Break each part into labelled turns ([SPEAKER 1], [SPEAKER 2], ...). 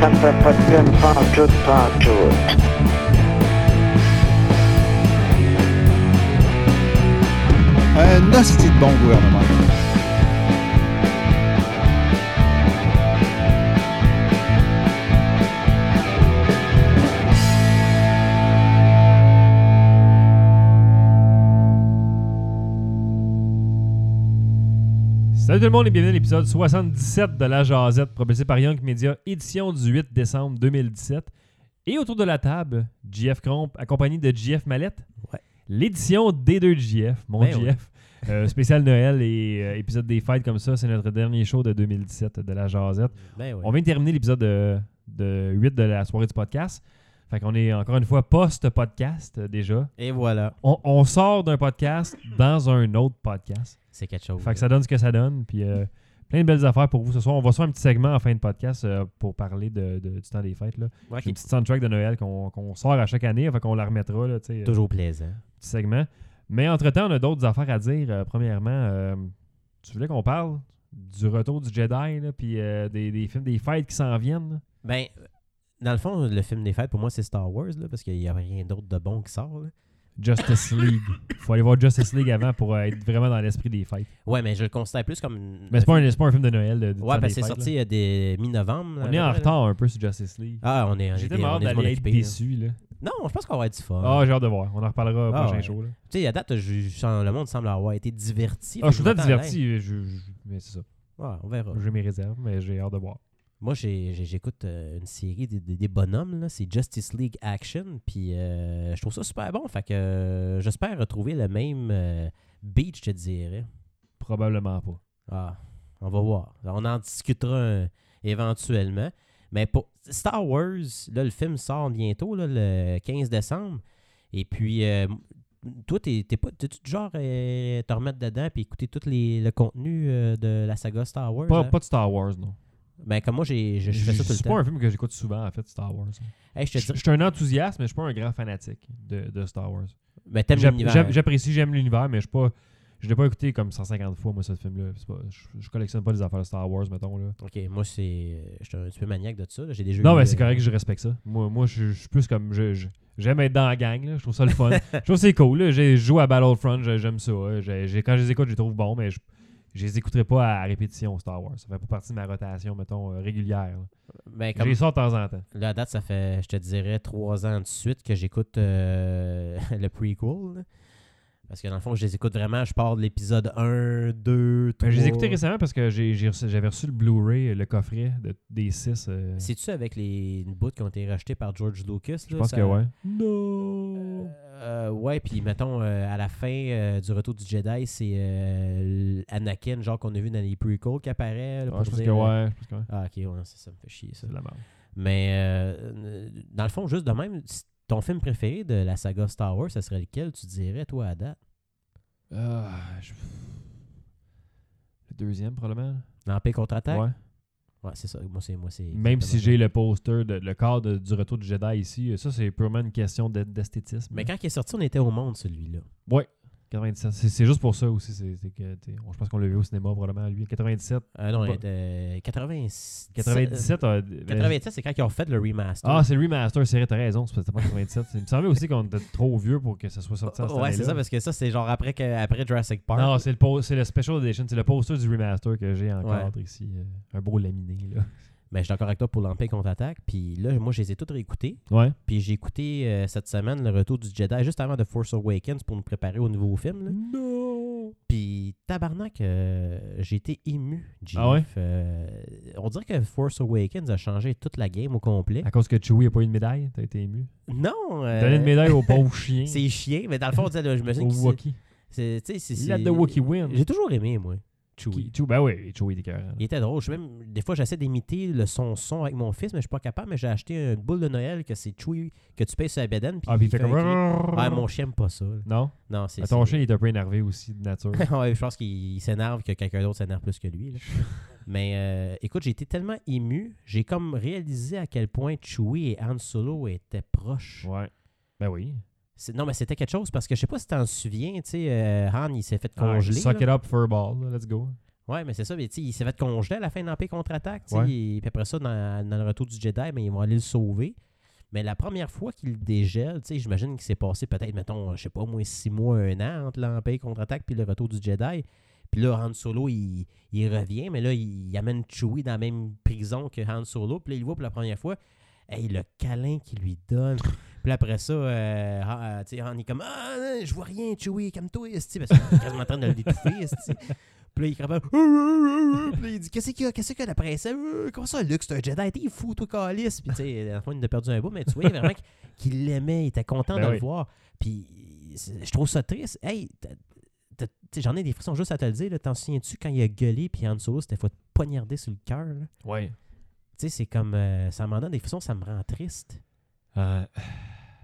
[SPEAKER 1] ça me fait pas de peine pantoute, pantoute.
[SPEAKER 2] Un hostie Euh, de bon gouvernement.
[SPEAKER 3] Salut tout le monde et bienvenue à l'épisode 77 de La Jazette, propulsé par Young Media, édition du 8 décembre 2017. Et autour de la table, JF Cromp, accompagné de JF Mallette.
[SPEAKER 4] Ouais.
[SPEAKER 3] L'édition D2 JF, mon
[SPEAKER 4] Ben
[SPEAKER 3] JF.
[SPEAKER 4] ouais.
[SPEAKER 3] Euh, spécial Noël et euh, épisode des fêtes comme ça, c'est notre dernier show de 2017 de La Jazette.
[SPEAKER 4] Ben oui.
[SPEAKER 3] On vient de terminer l'épisode de, de 8 de la soirée du podcast. Fait qu'on est encore une fois post-podcast euh, déjà.
[SPEAKER 4] Et voilà,
[SPEAKER 3] On, on sort d'un podcast dans un autre podcast.
[SPEAKER 4] c'est quelque chose.
[SPEAKER 3] Fait que ça donne ce que ça donne. Puis euh, plein de belles affaires pour vous ce soir. On va se faire un petit segment en fin de podcast euh, pour parler de, de- du temps des fêtes. Là.
[SPEAKER 4] Ouais,
[SPEAKER 3] Une
[SPEAKER 4] qui-
[SPEAKER 3] petite soundtrack de Noël qu'on qu'on sort à chaque année. Fait qu'on la remettra, là, tu sais, euh,
[SPEAKER 4] toujours plaisant.
[SPEAKER 3] petit segment. Mais entre-temps, on a d'autres affaires à dire. Euh, premièrement, euh, tu voulais qu'on parle du retour du Jedi, là, puis euh, des, des films, des fêtes qui s'en viennent. là?
[SPEAKER 4] Ben, dans le fond, le film des fêtes, pour moi, c'est Star Wars, là, parce qu'il n'y a rien d'autre de bon qui sort. là.
[SPEAKER 3] Justice League. Faut aller voir Justice League avant pour euh, être vraiment dans l'esprit des fêtes.
[SPEAKER 4] Ouais, mais je le considère plus comme. une-
[SPEAKER 3] Mais c'est pas, un- c'est pas un film de Noël. de- du
[SPEAKER 4] Ouais,
[SPEAKER 3] temps
[SPEAKER 4] parce
[SPEAKER 3] des
[SPEAKER 4] que
[SPEAKER 3] fêtes,
[SPEAKER 4] c'est
[SPEAKER 3] là.
[SPEAKER 4] sorti euh, dès mi-novembre. là,
[SPEAKER 3] On est en
[SPEAKER 4] là.
[SPEAKER 3] retard un peu sur Justice League.
[SPEAKER 4] Ah, on est on
[SPEAKER 3] J'étais
[SPEAKER 4] était-
[SPEAKER 3] mort
[SPEAKER 4] on est du
[SPEAKER 3] d'aller
[SPEAKER 4] monde
[SPEAKER 3] être
[SPEAKER 4] occupé, là.
[SPEAKER 3] déçu, là.
[SPEAKER 4] Non, je pense qu'on va avoir du fun.
[SPEAKER 3] Ah, j'ai hâte de voir. On en reparlera au
[SPEAKER 4] Ah,
[SPEAKER 3] prochain
[SPEAKER 4] ouais.
[SPEAKER 3] show. Là.
[SPEAKER 4] Tu sais, à date, je- je sens- le monde semble avoir été diverti.
[SPEAKER 3] Ah, je suis tout
[SPEAKER 4] Fait
[SPEAKER 3] le
[SPEAKER 4] que
[SPEAKER 3] temps
[SPEAKER 4] m'attends à l'air.
[SPEAKER 3] diverti. je- je- mais c'est ça.
[SPEAKER 4] Ouais, on verra.
[SPEAKER 3] J'ai mes réserves, mais j'ai hâte de voir.
[SPEAKER 4] Moi, j'ai- j'ai- j'écoute euh, une série des, des- des bonhommes, là. c'est Justice League Action, puis euh, je trouve ça super bon. Fait que euh, j'espère retrouver le même euh, beat, je te dirais.
[SPEAKER 3] Probablement pas.
[SPEAKER 4] Ah, on va voir. On en discutera euh, éventuellement. Mais pour Star Wars, là, le film sort bientôt, là, le 15 décembre. Et puis, euh, toi, t'es t'es pas t'es-tu du genre euh, te remettre dedans et écouter tout les, le contenu euh, de la saga Star Wars?
[SPEAKER 3] Pas,
[SPEAKER 4] hein?
[SPEAKER 3] pas de Star Wars, non.
[SPEAKER 4] Ben, comme moi, j'ai- je, je fais ça tout le
[SPEAKER 3] C'est pas
[SPEAKER 4] temps.
[SPEAKER 3] un film que j'écoute souvent, en fait, Star Wars.
[SPEAKER 4] Hey, je te
[SPEAKER 3] Je je
[SPEAKER 4] dis,
[SPEAKER 3] suis un enthousiaste, mais je suis pas un grand fanatique de, de Star Wars.
[SPEAKER 4] ben, t'aimes
[SPEAKER 3] J'app-
[SPEAKER 4] l'univers.
[SPEAKER 3] j'app- J'apprécie, j'aime l'univers, mais je suis pas. Je l'ai pas écouté comme 150 fois, moi, ce film-là. C'est pas- Je, je collectionne pas les affaires de Star Wars, mettons. Là.
[SPEAKER 4] Ok, moi, c'est. Je suis un petit peu maniaque de ça. là. J'ai déjà
[SPEAKER 3] Non,
[SPEAKER 4] eu,
[SPEAKER 3] mais c'est
[SPEAKER 4] euh,
[SPEAKER 3] correct, je respecte ça. Moi, moi je, je suis plus comme. je- je- J'aime être dans la gang, là. je trouve ça le fun. je trouve que c'est cool. là. J'ai- Je joue à Battlefront, je- j'aime ça. J'ai- j'ai- quand je les écoute, je les trouve bons, mais je, je les écouterai pas à répétition Star Wars. Ça fait pas partie de ma rotation, mettons, euh, régulière. là.
[SPEAKER 4] ben,
[SPEAKER 3] Je
[SPEAKER 4] comme-
[SPEAKER 3] les sors de temps en temps.
[SPEAKER 4] La date, ça fait, je te dirais, trois ans de suite que j'écoute euh, le prequel. là. Parce que dans le fond, je les écoute vraiment. Je pars de l'épisode 1, 2, 3.
[SPEAKER 3] Ben, je les ai écoutés récemment parce que j'ai- j'ai reçu- j'avais reçu le Blu-ray, euh, le coffret de- des six. euh,
[SPEAKER 4] C'est-tu avec les bouts qui ont été rachetés par George Lucas?
[SPEAKER 3] je pense que ouais. Non!
[SPEAKER 4] Euh, ouais, puis mettons, euh, à la fin euh, du Retour du Jedi, c'est euh, Anakin, genre qu'on a vu dans les prequels, qui apparaît. là,
[SPEAKER 3] Ouais,
[SPEAKER 4] pour
[SPEAKER 3] je pense
[SPEAKER 4] dire,
[SPEAKER 3] que
[SPEAKER 4] euh,
[SPEAKER 3] ouais. je pense que ouais.
[SPEAKER 4] Ah, ok, ouais, ça, ça me fait chier, ça.
[SPEAKER 3] C'est de la merde.
[SPEAKER 4] Mais euh, dans le fond, juste de même, ton film préféré de la saga Star Wars, ça serait lequel, tu dirais, toi, à date?
[SPEAKER 3] Ah, je- Le deuxième, probablement.
[SPEAKER 4] Dans P contre-attaque? Ouais,
[SPEAKER 3] Ouais.
[SPEAKER 4] c'est ça. Moi, c'est. Moi, c'est
[SPEAKER 3] Même si
[SPEAKER 4] exactement
[SPEAKER 3] j'ai
[SPEAKER 4] ça.
[SPEAKER 3] le poster, de- le cadre du retour du Jedi ici, euh, ça c'est purement une question d'e- d'esthétisme.
[SPEAKER 4] Mais quand il est sorti, on était au monde, celui-là.
[SPEAKER 3] 97, c'est c'est juste pour ça aussi. c'est- c'est que, t'sais, on- je pense qu'on l'a vu au cinéma probablement lui. 97,
[SPEAKER 4] Ah non,
[SPEAKER 3] Pas-
[SPEAKER 4] on était. 87.
[SPEAKER 3] 97. euh, ben,
[SPEAKER 4] 97, c'est quand ils ont fait le remaster.
[SPEAKER 3] ah, c'est le remaster, c'est vrai, t'as raison, c'était pas 97. Il me semblait aussi qu'on était trop vieux pour que ça soit sorti en cette
[SPEAKER 4] Ouais, c'est ça,
[SPEAKER 3] année-là.
[SPEAKER 4] parce que ça, c'est genre après, que, après Jurassic Park.
[SPEAKER 3] Non, c'est le, po- c'est le Special Edition, c'est le poster du remaster que j'ai en
[SPEAKER 4] Ouais.
[SPEAKER 3] cadre ici. euh, un beau laminé, là.
[SPEAKER 4] Mais je suis d'accord avec toi pour l'Empire contre-attaque. Puis là, moi, je les ai toutes réécoutées.
[SPEAKER 3] Ouais.
[SPEAKER 4] Puis j'ai écouté euh, cette semaine le retour du Jedi juste avant The Force Awakens pour me préparer au nouveau film. là.
[SPEAKER 3] Non!
[SPEAKER 4] Puis tabarnak, euh, j'ai été ému, Jeff.
[SPEAKER 3] Ah ouais?
[SPEAKER 4] Euh, on dirait que Force Awakens a changé toute la game au complet.
[SPEAKER 3] À cause que Chewie a pas eu de médaille, t'as été ému.
[SPEAKER 4] Non. euh,
[SPEAKER 3] Donner une médaille au pauvre chien,
[SPEAKER 4] C'est chien, mais dans le fond, on disait, là, je me
[SPEAKER 3] au
[SPEAKER 4] souviens que
[SPEAKER 3] Wookiee.
[SPEAKER 4] c'est. c'est- tu sais, c'est- c'est-
[SPEAKER 3] Let the Wookiee win.
[SPEAKER 4] J'ai toujours aimé, moi. Chewie.
[SPEAKER 3] Qui- Chewie, ben oui, Chewie était écœurant.
[SPEAKER 4] Il était drôle. Je suis même, des fois, j'essaie d'imiter le son son avec mon fils, mais je suis pas capable. Mais j'ai acheté une boule de Noël que c'est Chewie que tu payes sur la bédaine. Puis
[SPEAKER 3] Ah, puis il
[SPEAKER 4] il
[SPEAKER 3] fait
[SPEAKER 4] un
[SPEAKER 3] comme.
[SPEAKER 4] cri. Ah, mon chien aime pas ça. là.
[SPEAKER 3] Non?
[SPEAKER 4] Non, c'est.
[SPEAKER 3] Ah, Ton
[SPEAKER 4] c'est-
[SPEAKER 3] chien, il est un peu énervé aussi de nature.
[SPEAKER 4] Ouais, je pense qu'il il s'énerve que quelqu'un d'autre s'énerve plus que lui. là. Mais euh, écoute, j'ai été tellement ému, j'ai comme réalisé à quel point Chewie et Han Solo étaient proches.
[SPEAKER 3] ouais. Ben oui.
[SPEAKER 4] C'est- Non, mais c'était quelque chose parce que je sais pas si t'en souviens, tu sais, euh, Han, il s'est fait
[SPEAKER 3] Ah,
[SPEAKER 4] congeler.
[SPEAKER 3] suck
[SPEAKER 4] là.
[SPEAKER 3] it up, furball. là, Let's go.
[SPEAKER 4] Ouais, mais c'est ça. Mais, tu sais, il s'est fait congeler à la fin d'Empire contre-attaque. tu sais,
[SPEAKER 3] Ouais.
[SPEAKER 4] et Puis après ça, dans, dans le retour du Jedi, mais ils vont aller le sauver. Mais la première fois qu'il le dégèle, tu sais, j'imagine qu'il s'est passé peut-être, mettons, je sais pas, moins six mois, un an entre l'Empire contre-attaque puis le retour du Jedi. Puis là, Han Solo, il, il revient, mais là, il, il amène Chewie dans la même prison que Han Solo. Puis là, il le voit pour la première fois. Hey, le câlin qu'il lui donne. Puis là, après ça, euh, ah, ah, tu sais, Han est comme Ah, non, je vois rien, Chewie, calme-toi, esti. Parce qu'il est quasiment en train de le détouffer, esti. Puis là, il crappe. Puis là, il dit Qu'est-ce qu'il y a Qu'est-ce qu'il y a la princesse Euh, Comment ça, Luke, c'est un Jedi T'es fou, toi, Calis. Puis tu sais, Antoine, il a perdu un bout, mais tu vois vraiment qu'il l'aimait, il était content
[SPEAKER 3] Ben
[SPEAKER 4] de
[SPEAKER 3] oui.
[SPEAKER 4] le voir. Puis c'est- je trouve ça triste. Hey, t'as- t'as- tu sais, j'en ai des frissons juste à te le dire. là. T'en souviens-tu quand il a gueulé, puis Han Solo, c'était faut te poignarder sur le cœur. là?
[SPEAKER 3] Ouais.
[SPEAKER 4] Tu sais, c'est comme. euh, ça m'en donne des frissons, ça me rend triste.
[SPEAKER 3] Euh,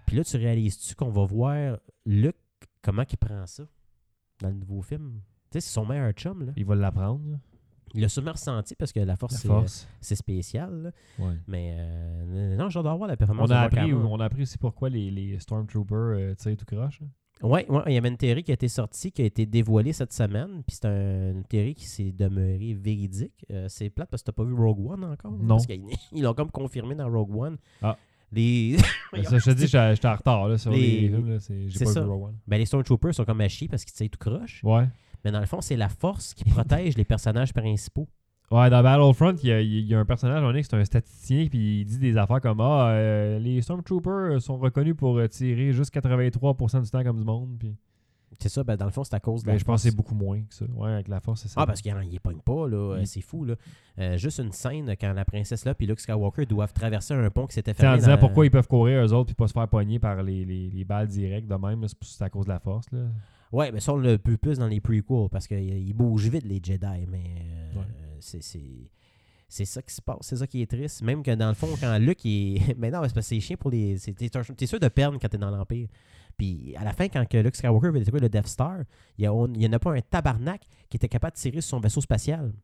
[SPEAKER 4] Puis là, tu réalises-tu qu'on va voir Luke, comment il prend ça dans le nouveau film? Tu sais, c'est son meilleur chum, là.
[SPEAKER 3] il va l'apprendre, là.
[SPEAKER 4] Il l'a sûrement ressenti parce que la force,
[SPEAKER 3] la
[SPEAKER 4] c'est- euh,
[SPEAKER 3] force.
[SPEAKER 4] c'est spécial. là.
[SPEAKER 3] Ouais.
[SPEAKER 4] Mais euh, non, j'adore voir la performance.
[SPEAKER 3] On a,
[SPEAKER 4] de Mark
[SPEAKER 3] appris,
[SPEAKER 4] Hamill.
[SPEAKER 3] on a appris aussi pourquoi les, les Stormtroopers euh, tirent tout croche. là.
[SPEAKER 4] Ouais, ouais, il y avait une théorie qui a été sortie, qui a été dévoilée cette semaine, puis c'est un- une théorie qui s'est demeurée véridique. Euh, c'est plate parce que t'as pas vu Rogue One encore. là,
[SPEAKER 3] Non.
[SPEAKER 4] Parce qu'ils ils l'ont comme confirmé dans Rogue One.
[SPEAKER 3] Ah.
[SPEAKER 4] Les,
[SPEAKER 3] Mais Ben, ça, je te dis, j'étais j'étais en retard là, sur les,
[SPEAKER 4] Les-
[SPEAKER 3] films. là, c'est- J'ai
[SPEAKER 4] c'est
[SPEAKER 3] pas
[SPEAKER 4] ça.
[SPEAKER 3] vu Rogue One.
[SPEAKER 4] ben, les Stormtroopers sont comme à chier parce qu'ils tirent tout croche.
[SPEAKER 3] Ouais.
[SPEAKER 4] Mais dans le fond, c'est la force qui protège les personnages principaux.
[SPEAKER 3] Ouais, dans Battlefront, il y, a- il y a un personnage, on est que c'est un statisticien, puis il dit des affaires comme Ah, euh, les Stormtroopers sont reconnus pour euh, tirer juste 83% du temps comme du monde. Puis,
[SPEAKER 4] C'est ça, ben, dans le fond, c'est à cause de
[SPEAKER 3] ben,
[SPEAKER 4] la
[SPEAKER 3] je pense que
[SPEAKER 4] force.
[SPEAKER 3] c'est beaucoup moins que ça. Ouais, avec la force, c'est ça.
[SPEAKER 4] Ah, parce qu'il n'y pogne pas, là. euh,
[SPEAKER 3] Mm.
[SPEAKER 4] C'est fou, là. Euh, juste une scène quand la princesse là puis Luke Skywalker doivent traverser un pont qui s'était
[SPEAKER 3] T'sais,
[SPEAKER 4] fermé.
[SPEAKER 3] en
[SPEAKER 4] dans
[SPEAKER 3] disant
[SPEAKER 4] la-
[SPEAKER 3] pourquoi ils peuvent courir eux autres puis pas se faire pogner par les, les, les balles directes de même, là, c'est c'est à cause de la force. Là.
[SPEAKER 4] Ouais, mais ça, on le plus plus dans les prequels parce qu'ils bougent vite, les Jedi. Mais euh,
[SPEAKER 3] Ouais.
[SPEAKER 4] c'est- c'est. C'est ça qui se passe, c'est ça qui est triste. Même que dans le fond, quand Luke est. Mais non, c'est parce que c'est chiant pour les. c'est- T'es t'es sûr de perdre quand t'es dans l'Empire. Puis à la fin, quand que Luke Skywalker veut détruire le Death Star, il y, a- on- il y en a pas un tabarnak qui était capable de tirer sur son vaisseau spatial.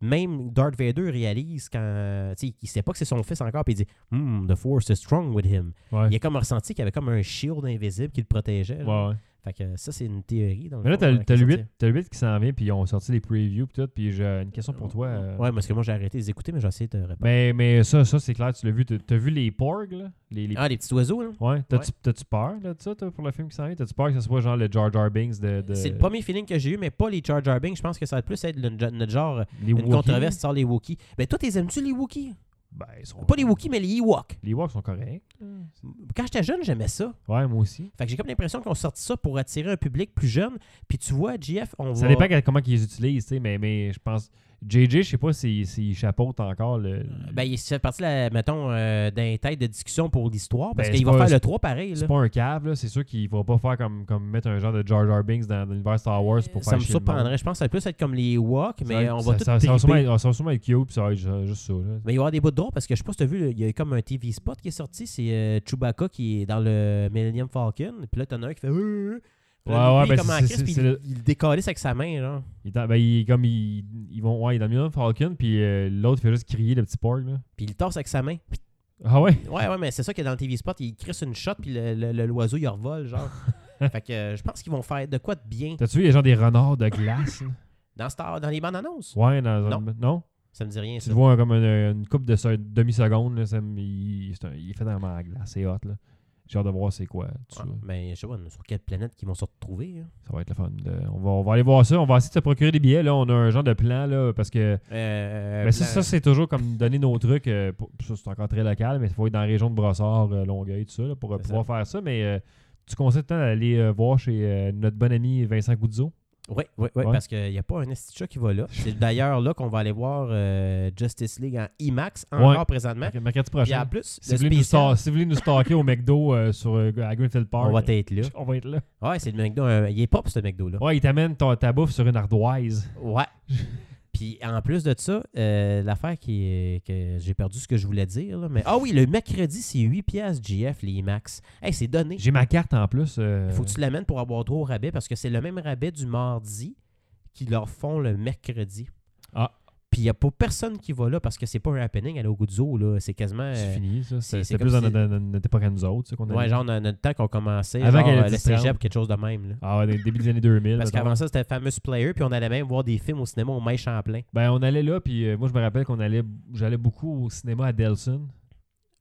[SPEAKER 4] Même Darth Vader réalise quand. Tu sais, il sait pas que c'est son fils encore, puis il dit Hmm, the Force is strong with him.
[SPEAKER 3] Ouais.
[SPEAKER 4] Il a comme ressenti qu'il y avait comme un shield invisible qui le protégeait. là.
[SPEAKER 3] Ouais, ouais.
[SPEAKER 4] Fait que ça, c'est une théorie. Dans le
[SPEAKER 3] Mais là,
[SPEAKER 4] fond,
[SPEAKER 3] t'as
[SPEAKER 4] euh,
[SPEAKER 3] le-
[SPEAKER 4] qui
[SPEAKER 3] t'as
[SPEAKER 4] est
[SPEAKER 3] le
[SPEAKER 4] sortie.
[SPEAKER 3] 8, t'as le 8 qui s'en vient, puis ils ont sorti les previews, puis tout. Puis j'ai une question pour toi. euh,
[SPEAKER 4] Ouais, parce que moi, j'ai arrêté de les écouter, mais j'ai essayé de répondre.
[SPEAKER 3] Mais, mais ça, ça c'est clair, tu l'as vu. T'as t'as vu les porgs, là les, les-
[SPEAKER 4] Ah, les petits oiseaux, là.
[SPEAKER 3] Ouais, t'as-tu t'as-tu peur là, de ça, toi, pour le film qui s'en vient T'as-tu peur que ce soit genre le Jar Jar Binks de. de-
[SPEAKER 4] C'est le premier feeling que j'ai eu, mais pas les Jar Jar Binks. Je pense que ça va plus être le- notre genre.
[SPEAKER 3] les
[SPEAKER 4] Une
[SPEAKER 3] Wookiees?
[SPEAKER 4] controverse sur les Wookiees. Mais toi, t'es aimes-tu les Wookiees
[SPEAKER 3] Ben, ils sont.
[SPEAKER 4] Pas les Wookiees, Ah, mais les Ewoks.
[SPEAKER 3] Les Ewoks sont corrects.
[SPEAKER 4] Quand j'étais jeune, j'aimais ça.
[SPEAKER 3] Ouais, moi aussi.
[SPEAKER 4] Fait que j'ai comme l'impression qu'on sorti ça pour attirer un public plus jeune. Puis tu vois, JF, on
[SPEAKER 3] Ça
[SPEAKER 4] va.
[SPEAKER 3] dépend que- comment ils les utilisent, tu sais, mais, mais je pense. JJ, je sais pas s'il s'il chapeaute encore le.
[SPEAKER 4] Ben, il fait partie, là, mettons, euh, d'un tête de discussion pour l'histoire. Parce
[SPEAKER 3] Ben,
[SPEAKER 4] qu'il
[SPEAKER 3] c'est
[SPEAKER 4] va
[SPEAKER 3] pas-
[SPEAKER 4] faire le 3 pareil.
[SPEAKER 3] C'est
[SPEAKER 4] Là.
[SPEAKER 3] pas un cave, là. C'est sûr qu'il va pas faire comme, comme mettre un genre de Jar Jar Binks dans, dans l'univers Star Wars pour
[SPEAKER 4] Ça
[SPEAKER 3] faire
[SPEAKER 4] me
[SPEAKER 3] chier le monde.
[SPEAKER 4] surprendrait. Je pense que ça va plus être comme les Ewoks, mais
[SPEAKER 3] Ça-
[SPEAKER 4] on va
[SPEAKER 3] ça-
[SPEAKER 4] tout
[SPEAKER 3] ça, ça, va sûrement
[SPEAKER 4] triper.
[SPEAKER 3] être- ça va sûrement être cute, puis ça va être ju- juste ça, là.
[SPEAKER 4] Mais il va y avoir des bouts de drôle parce que je sais pas si t'as vu, là, il y a comme un TV spot qui est sorti. C'est euh, Chewbacca qui est dans le Millennium Falcon. Puis là, t'en as un qui fait. Euh, euh. Puis là,
[SPEAKER 3] Ouais,
[SPEAKER 4] lui,
[SPEAKER 3] ouais,
[SPEAKER 4] il
[SPEAKER 3] ben,
[SPEAKER 4] est comme en
[SPEAKER 3] c'est-
[SPEAKER 4] crise,
[SPEAKER 3] c'est-
[SPEAKER 4] puis
[SPEAKER 3] c'est
[SPEAKER 4] il-
[SPEAKER 3] le-
[SPEAKER 4] il le décalisse avec sa main. Là.
[SPEAKER 3] Il est dans- ben, il est comme ils, ils vont. Ouais, il est dans le milieu de Falcon, puis euh, l'autre fait juste crier le petit porc, là.
[SPEAKER 4] Puis il le torse avec sa main.
[SPEAKER 3] Ah ouais?
[SPEAKER 4] Ouais, ouais, mais c'est ça qui est dans le TV spot. Il crisse une shot, puis le- le- le- l'oiseau, il revole, genre. fait que euh, je pense qu'ils vont faire de quoi de bien
[SPEAKER 3] T'as-tu vu, il y a genre des renards de glace? là?
[SPEAKER 4] dans, Star, dans les bandes annonces.
[SPEAKER 3] ouais, dans
[SPEAKER 4] Non.
[SPEAKER 3] Un... non?
[SPEAKER 4] Ça me dit rien.
[SPEAKER 3] Tu
[SPEAKER 4] Ça.
[SPEAKER 3] le vois comme une, une coupe de se- demi-seconde, là, ça me- il, c'est un- il est fait dans la glace, c'est hot, là. J'ai hâte de voir c'est quoi. tout ça.
[SPEAKER 4] Ouais, Ah, mais je sais pas sur quelle planète qu'ils vont se retrouver. hein.
[SPEAKER 3] Ça va être le fun. de- on, va, on va aller voir ça. On va essayer de se procurer des billets. Là. On a un genre de plan là, parce que
[SPEAKER 4] Euh,
[SPEAKER 3] ben, c'est-
[SPEAKER 4] plan-
[SPEAKER 3] ça, c'est toujours comme donner nos trucs. euh, pour- ça, c'est encore très local, mais il faut être dans la région de Brossard, euh, Longueuil, tout ça, là, pour euh,
[SPEAKER 4] C'est
[SPEAKER 3] pouvoir faire ça. Mais euh, tu conseilles tout le temps d'aller euh, voir chez euh, notre bon ami Vincent Goudzo.
[SPEAKER 4] Oui, oui, oui,
[SPEAKER 3] Ouais.
[SPEAKER 4] parce qu'il n'y a pas un esti de chat qui va là. C'est d'ailleurs là qu'on va aller voir euh, Justice League en IMAX encore
[SPEAKER 3] Ouais.
[SPEAKER 4] présentement.
[SPEAKER 3] Merc- Mercredi
[SPEAKER 4] Puis
[SPEAKER 3] prochain.
[SPEAKER 4] en plus,
[SPEAKER 3] Si
[SPEAKER 4] le
[SPEAKER 3] vous, voulez nous
[SPEAKER 4] spécial,
[SPEAKER 3] star- si vous voulez nous stalker au McDo euh, sur, euh, à Greenfield Park,
[SPEAKER 4] on va être là.
[SPEAKER 3] on va être là.
[SPEAKER 4] Ouais, c'est le McDo. euh, il est pop, ce McDo-là.
[SPEAKER 3] Ouais, il t'amène ta, ta bouffe sur une ardoise.
[SPEAKER 4] Ouais. Puis en plus de ça, euh, l'affaire qui est- que j'ai perdu ce que je voulais dire. là, mais... Ah oui, le mercredi, c'est 8 piastres GF, les IMAX. Hey, c'est donné.
[SPEAKER 3] J'ai ma carte en plus. euh,
[SPEAKER 4] Faut que tu l'amènes pour avoir droit au rabais parce que c'est le même rabais du mardi qu'ils leur font le mercredi.
[SPEAKER 3] Ah.
[SPEAKER 4] Puis il n'y a pas personne qui va là parce que c'est pas un happening, aller au goût du zoo, là. C'est quasiment.
[SPEAKER 3] C'est
[SPEAKER 4] euh,
[SPEAKER 3] fini, ça. C'était
[SPEAKER 4] c'est- c'est
[SPEAKER 3] c'était
[SPEAKER 4] comme
[SPEAKER 3] plus dans
[SPEAKER 4] si-
[SPEAKER 3] notre, dans notre époque à nous autres, ça, qu'on
[SPEAKER 4] Ouais,
[SPEAKER 3] avait.
[SPEAKER 4] genre dans notre temps qu'on commençait.
[SPEAKER 3] Avant
[SPEAKER 4] genre,
[SPEAKER 3] qu'elle ait
[SPEAKER 4] euh, le
[SPEAKER 3] 10-30.
[SPEAKER 4] cégep, quelque chose de même. là.
[SPEAKER 3] Ah, ouais, dans les débuts des années 2000.
[SPEAKER 4] Parce
[SPEAKER 3] mettons.
[SPEAKER 4] qu'avant ça, c'était le fameux player, puis on allait même voir des films au cinéma au Mai Champlain.
[SPEAKER 3] Ben, on allait là, puis euh, moi, je me rappelle qu'on allait. J'allais beaucoup au cinéma à Delson.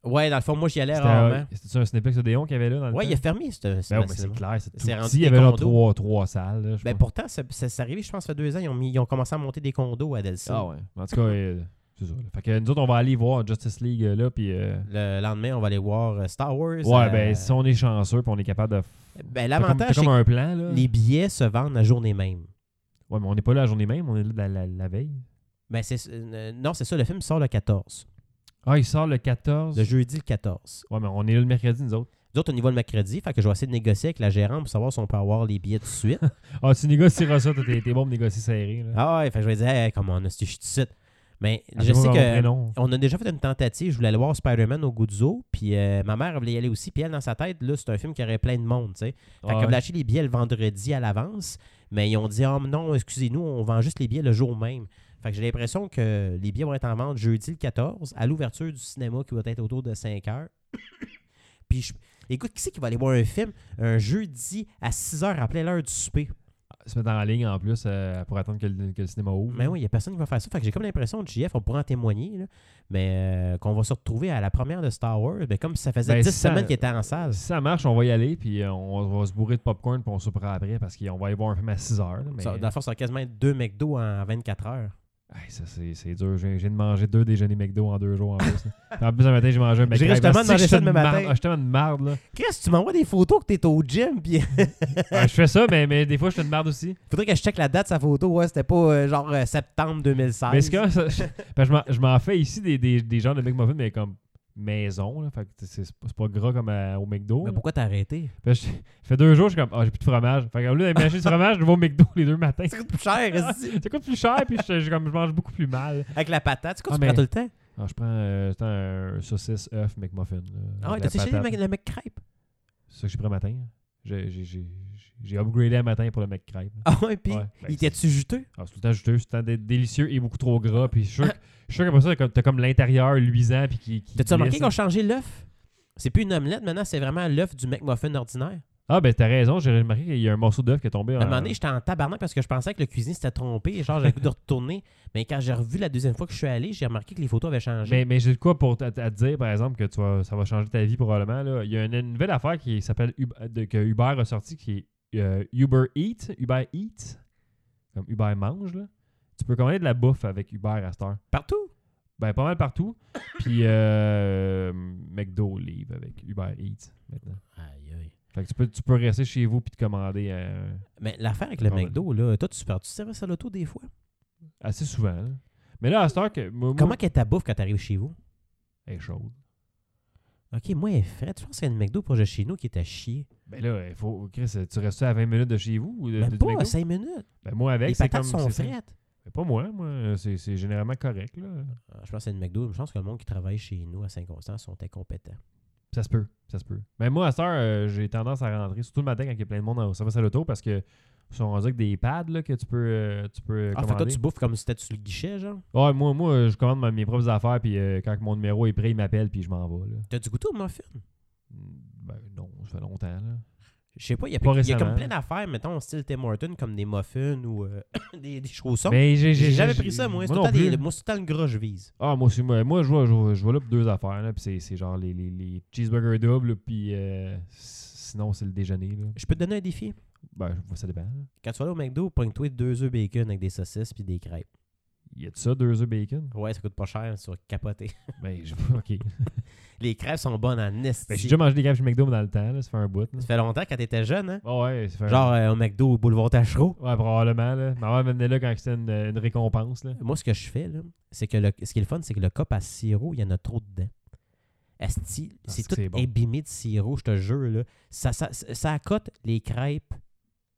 [SPEAKER 4] Ouais, dans le fond, moi, j'y allais
[SPEAKER 3] C'était
[SPEAKER 4] rarement.
[SPEAKER 3] un- c'était-tu un Cinéplex Odéon qu'il y avait là dans le
[SPEAKER 4] hein. Ouais,
[SPEAKER 3] temps?
[SPEAKER 4] il a fermé, ce ce
[SPEAKER 3] Ben, ouais, mais c'est
[SPEAKER 4] cinéma.
[SPEAKER 3] clair, c'est tout
[SPEAKER 4] C'est rendu
[SPEAKER 3] petit. Il y
[SPEAKER 4] des
[SPEAKER 3] avait genre
[SPEAKER 4] condos.
[SPEAKER 3] trois, trois salles. Là, je
[SPEAKER 4] Ben,
[SPEAKER 3] pense.
[SPEAKER 4] pourtant, ça, ça, ça arrivait, je pense, il y a deux ans, ils ont, mis- ils ont commencé à monter des condos à Delcy.
[SPEAKER 3] Ah ouais. En tout cas, euh, c'est ça. là. Fait que nous autres, on va aller voir Justice League euh, là, puis. euh,
[SPEAKER 4] Le lendemain, on va aller voir euh, Star Wars.
[SPEAKER 3] Ouais,
[SPEAKER 4] euh,
[SPEAKER 3] ben, si on est chanceux, puis on est capable de.
[SPEAKER 4] ben,
[SPEAKER 3] T'as comme, t'as
[SPEAKER 4] l'avantage, c'est
[SPEAKER 3] comme
[SPEAKER 4] que
[SPEAKER 3] un plan, là.
[SPEAKER 4] les billets se vendent la journée même.
[SPEAKER 3] Ouais, mais on n'est pas là la journée même, on est là la, la- la veille.
[SPEAKER 4] Ben, c'est, euh, non, c'est ça, le film sort le 14.
[SPEAKER 3] Ah, il sort le 14.
[SPEAKER 4] Le jeudi le 14.
[SPEAKER 3] Ouais, mais on est là le mercredi, nous autres.
[SPEAKER 4] Nous autres, on y va le mercredi, fait que je vais essayer de négocier avec la gérante pour savoir si on peut avoir les billets tout de suite.
[SPEAKER 3] Ah, tu négocieras ça, toi, t'es t'es bon pour négocier serré, là.
[SPEAKER 4] ah ouais, fait que je vais dire, hey, comment on a, je suis tout de suite. Mais
[SPEAKER 3] Ah,
[SPEAKER 4] je
[SPEAKER 3] pas
[SPEAKER 4] sais
[SPEAKER 3] mon
[SPEAKER 4] que.
[SPEAKER 3] prénom.
[SPEAKER 4] On a déjà fait une tentative. Je voulais aller voir Spider-Man au Guzzo. Puis euh, ma mère elle voulait y aller aussi. Puis elle, dans sa tête, là, c'est un film qui aurait plein de monde. tu sais. Fait
[SPEAKER 3] Ah,
[SPEAKER 4] qu'elle voulait acheter les billets le vendredi à l'avance. Mais ils ont dit Ah, mais non, excusez-nous, on vend juste les billets le jour même. Fait que j'ai l'impression que les billets vont être en vente jeudi le 14 à l'ouverture du cinéma qui va être autour de 5 heures. puis je- écoute, qui c'est qui va aller voir un film un jeudi à 6 heures après l'heure du souper
[SPEAKER 3] se mettre en ligne en plus euh, pour attendre que le, que le cinéma ouvre.
[SPEAKER 4] Mais Ben oui, il n'y a personne qui va faire ça. Fait que j'ai comme l'impression, JF, on pourra en témoigner, là, mais euh, qu'on va se retrouver à la première de Star Wars, mais comme si ça faisait
[SPEAKER 3] Ben,
[SPEAKER 4] 10
[SPEAKER 3] si ça-
[SPEAKER 4] semaines qu'il était en salle.
[SPEAKER 3] Si ça marche, on va y aller, puis euh, on va se bourrer de popcorn, puis on soupera après, parce qu'on va aller voir un film à 6 heures. là, mais- euh,
[SPEAKER 4] Ça, dans la force, ça va quasiment être deux McDo en 24 heures.
[SPEAKER 3] Hey, ça, c'est c'est dur. J'ai j'ai de manger deux déjeuners McDo en deux jours en plus. là. en plus, un matin, j'ai mangé un McDo. Ah,
[SPEAKER 4] J'irais justement de manger ça demain matin.
[SPEAKER 3] Je suis tellement de marde, là.
[SPEAKER 4] Chris, tu m'envoies des photos que t'es au gym, puis
[SPEAKER 3] Ah, je fais ça, mais, mais des fois, je suis de marde aussi.
[SPEAKER 4] faudrait que je check la date de sa photo. Ouais, c'était pas euh, genre euh, septembre 2016.
[SPEAKER 3] Mais c'est quand ça- je, parce que je m'en- je m'en fais ici des, des, des genres de McMuffin, mais comme maison. Là, fait que c'est c'est pas- c'est pas gras comme à- au McDo.
[SPEAKER 4] Mais
[SPEAKER 3] là.
[SPEAKER 4] pourquoi t'as arrêté?
[SPEAKER 3] Fait que je- ça fait deux jours, je suis comme, ah, j'ai plus de fromage. Fait que au lieu d'aller m'acheter du fromage, je vais au McDo les deux matins.
[SPEAKER 4] Ça coûte plus cher, esti.
[SPEAKER 3] Ça coûte plus cher, puis je, je- comme, je mange beaucoup plus mal.
[SPEAKER 4] avec la patate. C'est quoi
[SPEAKER 3] Ah,
[SPEAKER 4] tu
[SPEAKER 3] mais-
[SPEAKER 4] prends tout le temps?
[SPEAKER 3] Alors, je prends euh, j'attends un saucisse, œuf, McMuffin. là,
[SPEAKER 4] Ah ouais,
[SPEAKER 3] avec
[SPEAKER 4] t'as
[SPEAKER 3] la
[SPEAKER 4] séché le
[SPEAKER 3] patate.
[SPEAKER 4] mec, le mec crêpe.
[SPEAKER 3] C'est ça que j'ai pris le matin. J'ai- j'ai- J'ai j'ai upgradé le matin pour le mec crêpe.
[SPEAKER 4] Ah ouais, puis
[SPEAKER 3] Ouais, ben,
[SPEAKER 4] il était-tu juteux?
[SPEAKER 3] Ah, c'est tout le temps juteux, c'est tout le temps dé- délicieux et beaucoup trop gras. Puis je suis sûr que- je suis sûr qu'après ça, t'as comme- t'as comme l'intérieur luisant. Puis qui, qui
[SPEAKER 4] T'as-tu remarqué
[SPEAKER 3] glisse,
[SPEAKER 4] qu'ils ont changé l'œuf? C'est plus une omelette maintenant, c'est vraiment l'œuf du McMuffin ordinaire.
[SPEAKER 3] Ah, ben t'as raison, j'ai remarqué qu'il y a un morceau d'œuf qui est tombé.
[SPEAKER 4] À un moment donné, j'étais en tabarnak parce que je pensais que le cuisinier s'était trompé. Genre, j'avais le goût de retourner. Mais quand j'ai revu la deuxième fois que je suis allé, j'ai remarqué que les photos avaient changé.
[SPEAKER 3] mais, mais j'ai de quoi pour t- à te dire, par exemple, que tu vas- ça va changer ta vie probablement. Là. Il y a une, une nouvelle affaire qui s'appelle Ub- de- que Uber a sorti qui est euh, Uber Eat. Uber Eat. Comme Uber mange, là. Tu peux commander de la bouffe avec Uber à cette heure.
[SPEAKER 4] Partout.
[SPEAKER 3] Ben, pas mal partout. Puis euh, McDo livre avec Uber Eats maintenant.
[SPEAKER 4] Aïe, aïe.
[SPEAKER 3] Fait que tu peux, tu peux rester chez vous puis te commander euh,
[SPEAKER 4] Mais l'affaire avec le
[SPEAKER 3] Ah ouais.
[SPEAKER 4] McDo, là, toi, tu perds du service à l'auto des fois.
[SPEAKER 3] assez souvent. là. Mais là, à cette heure que. moi- moi,
[SPEAKER 4] Comment qu'est ta bouffe quand t'arrives chez vous?
[SPEAKER 3] elle est chaude.
[SPEAKER 4] Ok, moi, elle est fraîche. Je pense qu'il y a une McDo proche de chez nous qui est à chier.
[SPEAKER 3] Ben là, il faut. Chris, tu restes à 20 minutes de chez vous ou de,
[SPEAKER 4] Même
[SPEAKER 3] Euh, du
[SPEAKER 4] pas
[SPEAKER 3] McDo?
[SPEAKER 4] à 5 minutes.
[SPEAKER 3] Ben moi avec,
[SPEAKER 4] les
[SPEAKER 3] c'est
[SPEAKER 4] patates
[SPEAKER 3] comme.
[SPEAKER 4] sont
[SPEAKER 3] c'est ça.
[SPEAKER 4] fraîches.
[SPEAKER 3] Ben, pas moi, moi. C'est c'est généralement correct, là.
[SPEAKER 4] Ah, Je pense que c'est une McDo. Je pense que le monde qui travaille chez nous à Saint-Constant sont incompétents.
[SPEAKER 3] Ça se peut, ça se peut. Mais moi, à cette heure, euh, j'ai tendance à rentrer, surtout le matin quand il y a plein de monde au service à l'auto parce que ils sont rendus avec des pads là, que tu peux, euh, tu peux
[SPEAKER 4] Ah, fait que toi,
[SPEAKER 3] commander.
[SPEAKER 4] tu bouffes comme si t'étais sur le guichet, genre?
[SPEAKER 3] Ouais, moi, moi, je commande ma- mes propres affaires, puis euh, quand mon numéro est prêt, il m'appelle, puis je m'en vais. Là.
[SPEAKER 4] T'as du goût au muffin?
[SPEAKER 3] Ben non, ça fait longtemps. Là.
[SPEAKER 4] Je sais pas, il y a,
[SPEAKER 3] Pas
[SPEAKER 4] il y a comme
[SPEAKER 3] récemment.
[SPEAKER 4] plein d'affaires, mettons, style Tim Hortons, comme des muffins ou euh, des, des chaussons.
[SPEAKER 3] Mais j'ai
[SPEAKER 4] J'ai jamais pris ça, moi. C'est tout
[SPEAKER 3] non
[SPEAKER 4] le temps des-
[SPEAKER 3] plus.
[SPEAKER 4] moi, c'est tout le temps le gras, je vise.
[SPEAKER 3] Ah, moi aussi. Moi, moi, je vois, je, vois- je vois là pour deux affaires. Là, puis c'est, c'est genre les, les, les cheeseburgers doubles, puis euh, s- sinon, c'est le déjeuner. Là.
[SPEAKER 4] Je peux te donner un défi.
[SPEAKER 3] Ben, je- ça dépend. là.
[SPEAKER 4] Quand tu vas aller au McDo, pogne-toi deux œufs bacon avec des saucisses puis des crêpes.
[SPEAKER 3] Y a de ça, deux œufs bacon?
[SPEAKER 4] Ouais, ça coûte pas cher, tu vas capoter.
[SPEAKER 3] Ben, je... ok.
[SPEAKER 4] Les crêpes sont bonnes en esti.
[SPEAKER 3] Ben, j'ai déjà mangé des crêpes chez McDo dans le temps, là, ça fait un bout. là.
[SPEAKER 4] Ça fait longtemps quand t'étais jeune, hein?
[SPEAKER 3] Ah ouais, ça fait un-
[SPEAKER 4] Genre euh, au McDo au boulevard Tachereau.
[SPEAKER 3] Ouais, probablement. Là. Ma mère venait là quand c'était une, une récompense. Là.
[SPEAKER 4] Moi, ce que je fais, là, c'est que le- ce qui est le fun, c'est que le cop à sirop, il y en a trop dedans. Asti,
[SPEAKER 3] Ah,
[SPEAKER 4] c'est
[SPEAKER 3] c'est
[SPEAKER 4] tout
[SPEAKER 3] que c'est bon.
[SPEAKER 4] imbibé de sirop, je te jure. Là. Ça, ça, ça accote les crêpes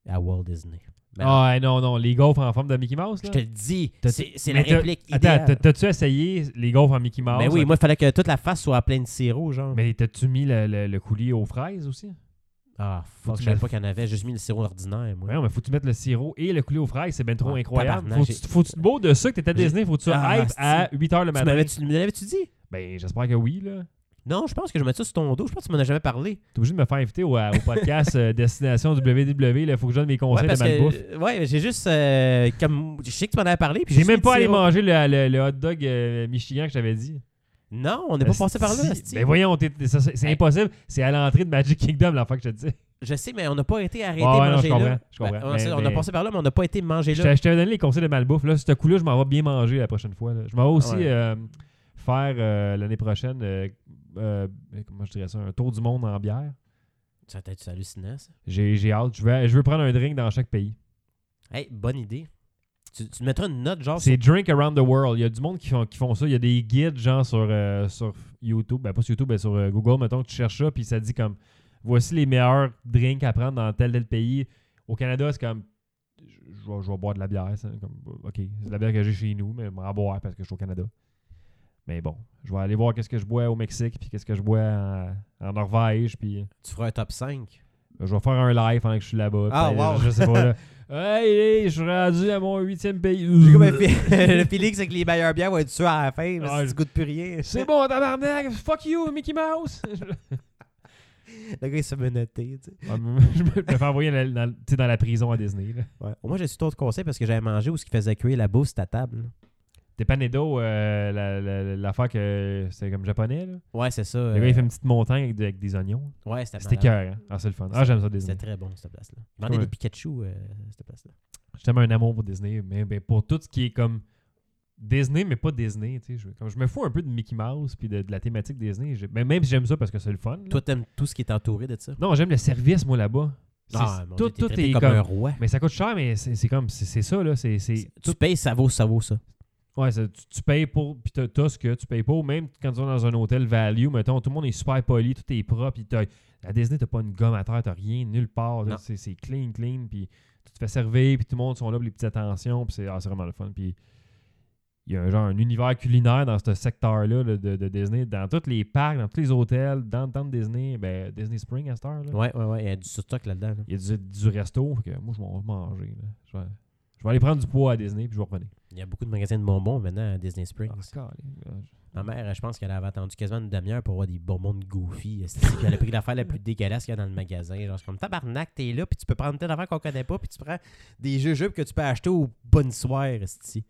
[SPEAKER 4] à Walt Disney. Ben,
[SPEAKER 3] ah ouais, non, non. Les gaufres en forme de Mickey Mouse.
[SPEAKER 4] Je
[SPEAKER 3] Là.
[SPEAKER 4] te le dis,
[SPEAKER 3] T'as-
[SPEAKER 4] c'est c'est la
[SPEAKER 3] Mais t'as-
[SPEAKER 4] réplique
[SPEAKER 3] Attends, t'as-
[SPEAKER 4] idéale.
[SPEAKER 3] t'as-tu essayé les gaufres en Mickey Mouse?
[SPEAKER 4] Mais Ben oui,
[SPEAKER 3] là?
[SPEAKER 4] moi, il fallait que toute la face soit pleine de sirop, genre.
[SPEAKER 3] Mais t'as-tu mis le, le- le coulis aux fraises aussi?
[SPEAKER 4] Ah,
[SPEAKER 3] Faut
[SPEAKER 4] fuck,
[SPEAKER 3] que
[SPEAKER 4] je
[SPEAKER 3] tu
[SPEAKER 4] savais
[SPEAKER 3] me-
[SPEAKER 4] pas qu'il y en avait. J'ai juste mis le sirop ordinaire, moi.
[SPEAKER 3] Ouais, mais faut que tu mettes le sirop et le coulis aux fraises, c'est ben trop
[SPEAKER 4] Ah,
[SPEAKER 3] incroyable.
[SPEAKER 4] tabarnak,
[SPEAKER 3] Faut que
[SPEAKER 4] j'ai-
[SPEAKER 3] tu- faut que tu te beau de ça que t'étais
[SPEAKER 4] J'ai-
[SPEAKER 3] Disney, faut que tu
[SPEAKER 4] Ah,
[SPEAKER 3] hype à 8h le
[SPEAKER 4] tu
[SPEAKER 3] matin.
[SPEAKER 4] m'avais-tu- me l'avais-tu dit?
[SPEAKER 3] Ben, j'espère que oui, là.
[SPEAKER 4] Non, je pense que je mets ça sur ton dos. Je pense que tu m'en as jamais parlé.
[SPEAKER 3] T'es obligé de me faire inviter au, au podcast euh, Destination WW, là, faut que je donne mes
[SPEAKER 4] Ouais,
[SPEAKER 3] conseils
[SPEAKER 4] parce
[SPEAKER 3] de malbouffe.
[SPEAKER 4] que. Ouais, j'ai juste. euh, comme, je sais que tu m'en avais parlé. puis
[SPEAKER 3] J'ai
[SPEAKER 4] juste mis
[SPEAKER 3] même
[SPEAKER 4] le
[SPEAKER 3] pas allé
[SPEAKER 4] sirop.
[SPEAKER 3] manger le, le- le hot dog euh, Michigan que j'avais dit.
[SPEAKER 4] Non, on n'est pas passé par là.
[SPEAKER 3] Asti.
[SPEAKER 4] asti.
[SPEAKER 3] Ben voyons, t'es- t'es- ça, c'est c'est
[SPEAKER 4] Hey.
[SPEAKER 3] impossible. C'est à l'entrée de Magic Kingdom, la fois que je te dis.
[SPEAKER 4] Je sais, mais on n'a pas été arrêté
[SPEAKER 3] Ouais, ouais, non,
[SPEAKER 4] manger
[SPEAKER 3] je comprends,
[SPEAKER 4] là.
[SPEAKER 3] je comprends.
[SPEAKER 4] Ben, on,
[SPEAKER 3] Mais-
[SPEAKER 4] sait, on a
[SPEAKER 3] mais-
[SPEAKER 4] passé par là, mais on n'a pas été manger
[SPEAKER 3] Je
[SPEAKER 4] là.
[SPEAKER 3] t'ai- je t'avais donné les conseils de malbouffe. Là, ce coup-là, je m'en vais bien manger la prochaine fois. là. Je m'en vais aussi
[SPEAKER 4] Ouais.
[SPEAKER 3] euh, faire euh, l'année prochaine, euh, euh, comment je dirais ça, un tour du monde en bière.
[SPEAKER 4] Ça peut être hallucinant, ça.
[SPEAKER 3] J'ai j'ai hâte. Je veux, je veux prendre un drink dans chaque pays.
[SPEAKER 4] Hey, bonne idée. Tu, tu mettras une note, genre.
[SPEAKER 3] C'est Drink Around the World. Il y a du monde qui font, qui font ça. Il y a des guides, genre, sur, euh, sur YouTube. Ben, pas sur YouTube, mais sur euh, Google, mettons, que tu cherches ça, puis ça dit comme voici les meilleurs drinks à prendre dans tel tel pays. Au Canada, c'est comme je je vais, je vais boire de la bière. ça, comme, ok, c'est de la bière que j'ai chez nous, mais je vais en boire parce que je suis au Canada. Mais bon, je vais aller voir qu'est-ce que je bois au Mexique, puis qu'est-ce que je bois en, en Norvège, puis. euh,
[SPEAKER 4] Tu feras un top 5.
[SPEAKER 3] Je vais faire un live pendant que je suis là-bas.
[SPEAKER 4] Ah,
[SPEAKER 3] puis, euh,
[SPEAKER 4] wow.
[SPEAKER 3] Je, je sais pas, là. Hey, hey, je suis rendu à mon huitième pays.
[SPEAKER 4] J'ai comme un fi- le feeling, c'est que les meilleurs bières vont être sûrs à la fin, mais
[SPEAKER 3] Ah,
[SPEAKER 4] si
[SPEAKER 3] je-
[SPEAKER 4] tu goûtes plus rien.
[SPEAKER 3] C'est bon, tabarnak! Fuck you, Mickey Mouse!
[SPEAKER 4] Le gars, il se fait noter, tu sais.
[SPEAKER 3] Ah, je me fais envoyer dans, dans- tu sais, dans la prison à Disney. Là.
[SPEAKER 4] Ouais. Au moins, j'ai su ton conseil parce que j'avais mangé où ce qui faisait cuire la bouffe, c'était à table. là.
[SPEAKER 3] Tepanedo, euh, la- la- l'affaire que c'est comme japonais. Là.
[SPEAKER 4] Ouais, c'est ça.
[SPEAKER 3] Le gars, il
[SPEAKER 4] euh,
[SPEAKER 3] fait une petite montagne avec, de- avec des oignons.
[SPEAKER 4] Ouais, c'était
[SPEAKER 3] C'était
[SPEAKER 4] malade.
[SPEAKER 3] cœur, hein? Ah, c'est le fun. Ah, j'aime ça, Disney.
[SPEAKER 4] C'était très bon, cette place-là. Je vendais
[SPEAKER 3] Ouais.
[SPEAKER 4] des Pikachu, euh, cette place-là.
[SPEAKER 3] J'ai tellement un amour pour Disney, mais, mais pour tout ce qui est comme Disney, mais pas Disney. tu sais, Je, comme, je me fous un peu de Mickey Mouse puis de, de la thématique Disney. J'ai- mais même si j'aime ça parce que c'est le fun. là.
[SPEAKER 4] Toi, t'aimes tout ce qui est entouré de ça?
[SPEAKER 3] Non, j'aime le service, moi, là-bas.
[SPEAKER 4] Ah,
[SPEAKER 3] C'est-
[SPEAKER 4] mon
[SPEAKER 3] tout
[SPEAKER 4] Dieu, t'es
[SPEAKER 3] tout
[SPEAKER 4] traité
[SPEAKER 3] est
[SPEAKER 4] comme,
[SPEAKER 3] comme.
[SPEAKER 4] un roi.
[SPEAKER 3] Mais ça coûte cher, mais c'est c'est comme. C'est c'est ça, là. C'est c'est-
[SPEAKER 4] Tu payes, ça vaut, ça vaut ça.
[SPEAKER 3] Ouais, ça, tu, tu payes pour, puis t'as, t'as ce que tu payes pour. Même quand tu vas dans un hôtel value, mettons, tout le monde est super poli, tout est propre, puis t'as, la Disney, t'as pas une gomme à terre, t'as rien, nulle part. là.
[SPEAKER 4] Non.
[SPEAKER 3] c'est, c'est clean, clean, puis tu te fais servir, puis tout le monde sont là pour les petites attentions, puis c'est, ah, c'est vraiment le fun. Puis il y a un genre un univers culinaire dans ce secteur-là là, de, de Disney, dans tous les parcs, dans tous les hôtels, dans le temps de Disney, ben, Disney Spring à cette heure. là.
[SPEAKER 4] Ouais, ouais, ouais. Il y a du stock là-dedans. là.
[SPEAKER 3] Il y a du, du resto, fait que moi, je vais manger. là. Je vais, je vais aller prendre du poids à Disney, puis je vais revenir.
[SPEAKER 4] Il y a beaucoup de magasins de bonbons maintenant à Disney Springs.
[SPEAKER 3] Ah, calé.
[SPEAKER 4] Ma mère, je pense qu'elle avait attendu quasiment une demi-heure pour avoir des bonbons de Goofy. euh, esti. Puis elle a pris l'affaire la plus dégueulasse qu'il y a dans le magasin. Genre, c'est comme tabarnak, t'es là, puis tu peux prendre telle affaire qu'on connaît pas, puis tu prends des jujubes que tu peux acheter au bonne soirée, esti.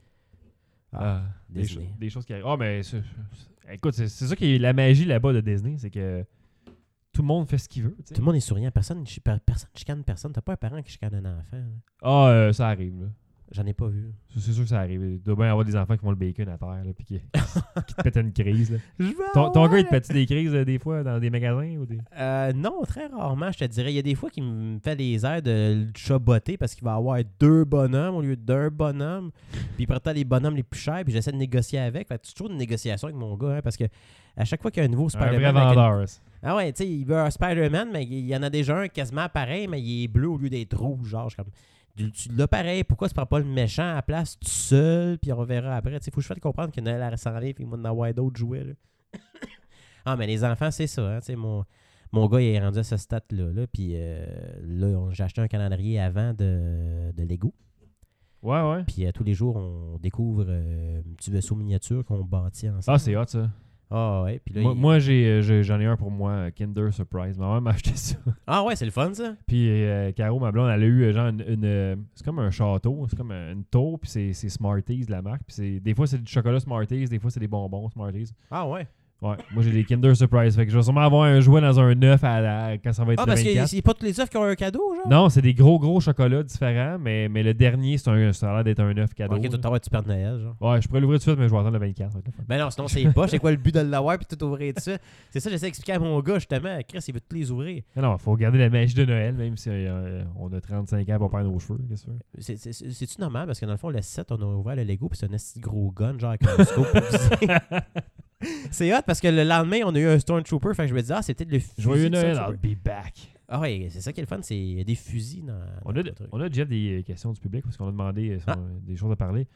[SPEAKER 3] Ah, des,
[SPEAKER 4] Disney.
[SPEAKER 3] cho- des choses qui arrivent. Ah, mais c'est- c'est- écoute, c'est c'est ça qui est la magie là-bas de Disney, c'est que tout le monde fait ce qu'il veut. tu sais.
[SPEAKER 4] Tout le monde est souriant. Personne, chi- per- personne chicane personne. T'as pas un parent qui chicane un enfant. là.
[SPEAKER 3] Ah, euh, ça arrive. là.
[SPEAKER 4] J'en ai pas vu.
[SPEAKER 3] C'est c'est sûr que ça arrive. Il doit bien y avoir des enfants qui font le bacon à terre, là, puis qui, qui te pètent une crise. là.
[SPEAKER 4] Ah,
[SPEAKER 3] Ton, ton gars, il te pète des crises euh, des fois dans des magasins ou des.
[SPEAKER 4] Euh, non, très rarement, je te dirais. Il y a des fois qu'il me fait les airs de le chaboter parce qu'il va avoir deux bonhommes au lieu d'un bonhomme. Puis il prétend les bonhommes les plus chers, puis j'essaie de négocier avec. Fait que c'est toujours une négociation avec mon gars, hein, parce que à chaque fois qu'il y a un nouveau
[SPEAKER 3] Un
[SPEAKER 4] Spider-Man.
[SPEAKER 3] vrai
[SPEAKER 4] avec une-
[SPEAKER 3] vendeur. ça.
[SPEAKER 4] Ah ouais, tu sais, il veut un Spider-Man, mais il y en a déjà un quasiment pareil, mais il est bleu au lieu d'être rouge. Genre, je suis comme. Tu tu l'as pareil, pourquoi tu prends pas le méchant à la place tout seul, puis on verra après. Tu sais, faut que je fasse comprendre que Noël s'en vient, puis moi, d'en avoir d'autres jouets. là. ah, mais les enfants, c'est ça. Hein, tu sais, mon, mon gars, il est rendu à ce stade-là. Là, puis euh, là, on- j'ai acheté un calendrier avant de, de Lego.
[SPEAKER 3] Ouais, ouais.
[SPEAKER 4] Puis euh, tous les jours, on découvre euh, un petit vaisseau miniature qu'on bâtit ensemble.
[SPEAKER 3] Ah, c'est hot ça.
[SPEAKER 4] Ah ouais, puis là,
[SPEAKER 3] Moi,
[SPEAKER 4] il-
[SPEAKER 3] moi, j'ai, euh, j'ai- j'en ai, un pour moi, euh, Kinder Surprise. Ma mère m'a acheté ça.
[SPEAKER 4] Ah ouais, c'est le fun, ça.
[SPEAKER 3] Puis euh, Caro, ma blonde, elle a eu euh, genre une. une, euh, c'est comme un château, c'est comme un- une tour, puis c'est, c'est Smarties de la marque. Puis c'est, des fois, c'est du chocolat Smarties, des fois, c'est des bonbons Smarties.
[SPEAKER 4] Ah ouais.
[SPEAKER 3] Ouais, moi j'ai des Kinder Surprise. Fait que je vais sûrement avoir un jouet dans un œuf à la- quand ça va être
[SPEAKER 4] Ah,
[SPEAKER 3] le
[SPEAKER 4] parce que
[SPEAKER 3] 24.
[SPEAKER 4] c'est pas tous les œufs qui ont un cadeau, genre?
[SPEAKER 3] Non, c'est des gros gros chocolats différents, mais, mais le dernier, c'est un, ça a l'air d'être un œuf cadeau.
[SPEAKER 4] Ok, tu
[SPEAKER 3] là.
[SPEAKER 4] dois avoir du Père Noël, genre.
[SPEAKER 3] Ouais, je pourrais l'ouvrir tout de suite, mais je vais attendre le 24. ça va être le fun.
[SPEAKER 4] Ben non, sinon c'est pas. C'est quoi le but de l'avoir puis tout ouvrir dessus? C'est ça, j'essaie d'expliquer à mon gars, justement. Chris, il veut tous les ouvrir.
[SPEAKER 3] Mais non, faut garder la magie de Noël, même si euh, on a 35 ans pour perdre nos cheveux. qu'est-ce que tu veux.
[SPEAKER 4] C'est- c'est- c'est- C'est-tu normal? Parce que dans le fond, le 7, on a ouvert le Lego puis c'est un esti de gros gun, genre, avec un scope poussé. C'est hot parce que le lendemain, on a eu un Stormtrooper. Fait que je me dis, ah, c'est peut-être le fusil.
[SPEAKER 3] Joyeux
[SPEAKER 4] du
[SPEAKER 3] Noël, I'll
[SPEAKER 4] Stormtrooper.
[SPEAKER 3] be back.
[SPEAKER 4] Ah ouais, c'est ça qui est le fun, c'est il y a des fusils dans.
[SPEAKER 3] On
[SPEAKER 4] dans
[SPEAKER 3] a,
[SPEAKER 4] le truc.
[SPEAKER 3] on a déjà des euh, questions du public parce qu'on a demandé euh, si
[SPEAKER 4] Ah.
[SPEAKER 3] on a des choses à parler.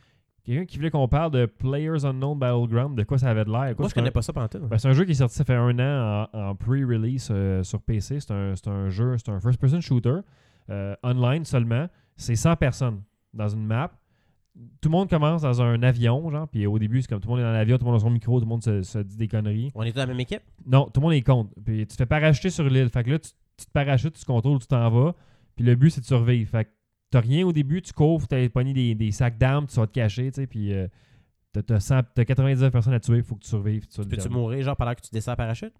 [SPEAKER 3] Quelqu'un qui voulait qu'on parle de Players Unknown Battleground, de quoi ça avait de l'air. quoi,
[SPEAKER 4] Moi, je
[SPEAKER 3] c'est un-
[SPEAKER 4] connais pas ça pendant tout.
[SPEAKER 3] Ben, c'est un jeu qui est sorti, ça fait un an en, en pre-release euh, sur PC. C'est un, c'est un jeu, c'est un first-person shooter, euh, online seulement. C'est 100 personnes dans une map. Tout le monde commence dans un avion, genre, puis au début, c'est comme tout le monde est dans l'avion, tout le monde a son micro, tout le monde se, se dit des conneries.
[SPEAKER 4] On est tous dans la même équipe.
[SPEAKER 3] Non, tout le monde est contre. Puis tu te fais parachuter sur l'île. Fait que là, tu, tu te parachutes, tu te contrôles, tu t'en vas. Puis le but, c'est de survivre. Fait que t'as rien au début, tu cours, faut t'as pogné des, des sacs d'armes, tu vas te cacher, tu sais. Puis euh, t'as- t'as 100 t'as 99 personnes à tuer, faut que tu survives. Tu sois le
[SPEAKER 4] Peux-tu
[SPEAKER 3] dernier.
[SPEAKER 4] mourir genre pendant que tu descends en parachute?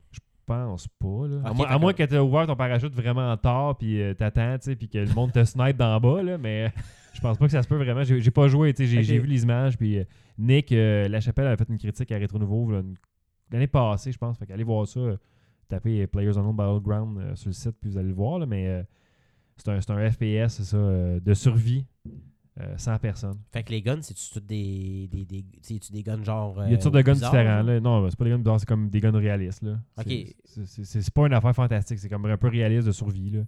[SPEAKER 3] pense pas. Là. à moins, à
[SPEAKER 4] Ok, d'accord.
[SPEAKER 3] moins que tu ouvert ton parachute vraiment tard, puis euh, t'attends, tu sais, puis que le monde te snipe d'en bas, là, mais euh, je pense pas que ça se peut vraiment. J'ai j'ai pas joué, tu sais, j'ai
[SPEAKER 4] Ok.
[SPEAKER 3] j'ai vu les images, puis euh, Nick euh, Lachapelle avait fait une critique à Retro Nouveau là, une- l'année passée, je pense. Fait qu'allez voir ça, euh, tapez Players Unknown Battleground euh, sur le site, puis vous allez le voir, là, mais euh, c'est un, c'est un FPS, c'est ça, euh, de survie, euh, sans personne.
[SPEAKER 4] Fait que les guns, c'est-tu toutes des, des, des, c'est-tu des guns genre.
[SPEAKER 3] Il y a
[SPEAKER 4] euh,
[SPEAKER 3] toutes sortes de guns
[SPEAKER 4] bizarres,
[SPEAKER 3] différents.
[SPEAKER 4] genre?
[SPEAKER 3] Là. Non, c'est pas des guns bizarres, c'est comme des guns réalistes. Là.
[SPEAKER 4] Ok.
[SPEAKER 3] C'est- c'est- C'est c'est- c'est pas une affaire fantastique, c'est comme un peu réaliste de survie. Là.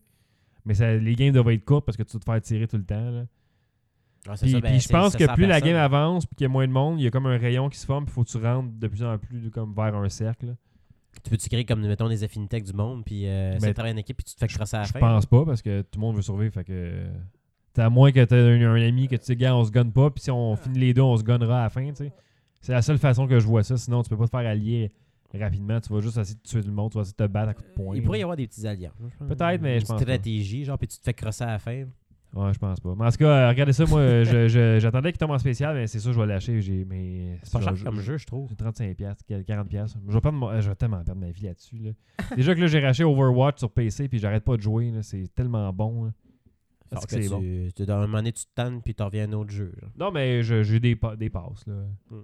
[SPEAKER 3] Mais ça- les games doivent être courtes parce que tu vas te faire tirer tout le temps. là.
[SPEAKER 4] Ouais, c'est
[SPEAKER 3] Puis,
[SPEAKER 4] ça, ben,
[SPEAKER 3] puis je
[SPEAKER 4] c'est-
[SPEAKER 3] pense
[SPEAKER 4] c'est
[SPEAKER 3] que
[SPEAKER 4] cent
[SPEAKER 3] plus la
[SPEAKER 4] personnes.
[SPEAKER 3] game avance puis qu'il y a moins de monde, il y a comme un rayon qui se forme, puis faut que tu rentres de plus en plus comme vers un cercle.
[SPEAKER 4] Tu peux-tu créer comme, mettons, des affinités avec du monde, puis euh, c'est
[SPEAKER 3] Ben,
[SPEAKER 4] le travail en équipe, puis tu te fais crosser à la
[SPEAKER 3] Je
[SPEAKER 4] fin.
[SPEAKER 3] pense pas parce que tout le monde veut survivre. Fait que. t'as- À moins que t'aies un, un ami que tu sais, gars, on se gonne pas, puis si on finit les deux, on se gonnera à la fin. tu sais. C'est la seule façon que je vois ça, sinon tu peux pas te faire allier rapidement. Tu vas juste essayer de tuer tout le monde, tu vas essayer de te battre à coups de poing.
[SPEAKER 4] Il pourrait y avoir des petits alliances.
[SPEAKER 3] Peut-être, mais
[SPEAKER 4] Une
[SPEAKER 3] je pense pas.
[SPEAKER 4] stratégie, genre, puis tu te fais crosser à la fin.
[SPEAKER 3] Ouais, je pense pas. Mais en tout cas, euh, regardez ça, moi, je- je- j'attendais qu'il tombe en spécial, mais c'est sûr, je vais lâcher. J'ai, mais
[SPEAKER 4] C'est pas
[SPEAKER 3] genre,
[SPEAKER 4] cher
[SPEAKER 3] je-
[SPEAKER 4] comme jeu, je trouve.
[SPEAKER 3] C'est 35$, 40$. Je vais, perdre mon- euh, je vais tellement perdre ma vie là-dessus. là. Déjà que là, j'ai racheté Overwatch sur PC, puis j'arrête pas de jouer. là. C'est tellement bon. là. Parce
[SPEAKER 4] Parce
[SPEAKER 3] que c'est
[SPEAKER 4] que tu, tu- dans un moment donné, tu te tannes, puis tu reviens à un autre jeu. genre.
[SPEAKER 3] Non, mais je- j'ai des, pa- des passes. Là.
[SPEAKER 4] Hmm.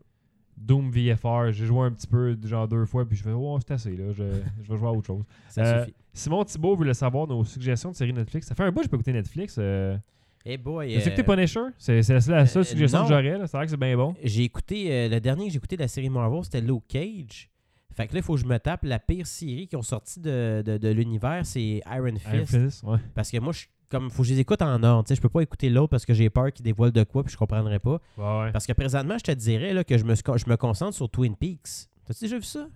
[SPEAKER 3] Doom VFR, j'ai joué un petit peu, genre deux fois, puis je fais, oh, c'est assez, là. Je, je vais jouer à autre chose.
[SPEAKER 4] Ça
[SPEAKER 3] Euh,
[SPEAKER 4] suffit.
[SPEAKER 3] Simon Thibault voulait savoir nos suggestions de séries Netflix. Ça fait un bout que je peux écouter Netflix. euh.
[SPEAKER 4] Eh boy,
[SPEAKER 3] Je sais que t'es
[SPEAKER 4] euh,
[SPEAKER 3] Punisher. C'est c'est la seule, la seule
[SPEAKER 4] euh,
[SPEAKER 3] suggestion
[SPEAKER 4] non.
[SPEAKER 3] que j'aurais. là. C'est vrai que c'est bien bon.
[SPEAKER 4] J'ai écouté, euh, le dernier que j'ai écouté de la série Marvel, c'était Luke Cage. Fait que là, il faut que je me tape la pire série qui ont sorti de, de- de l'univers, c'est Iron Fist.
[SPEAKER 3] Iron Fist, ouais.
[SPEAKER 4] Parce que moi, je, comme, faut que je les écoute en ordre. tu sais, Je peux pas écouter l'autre parce que j'ai peur qu'ils dévoilent de quoi, puis je comprendrais pas.
[SPEAKER 3] ouais.
[SPEAKER 4] Parce que présentement, je te dirais là, que je me, sco- je me concentre sur Twin Peaks. T'as-tu déjà vu ça?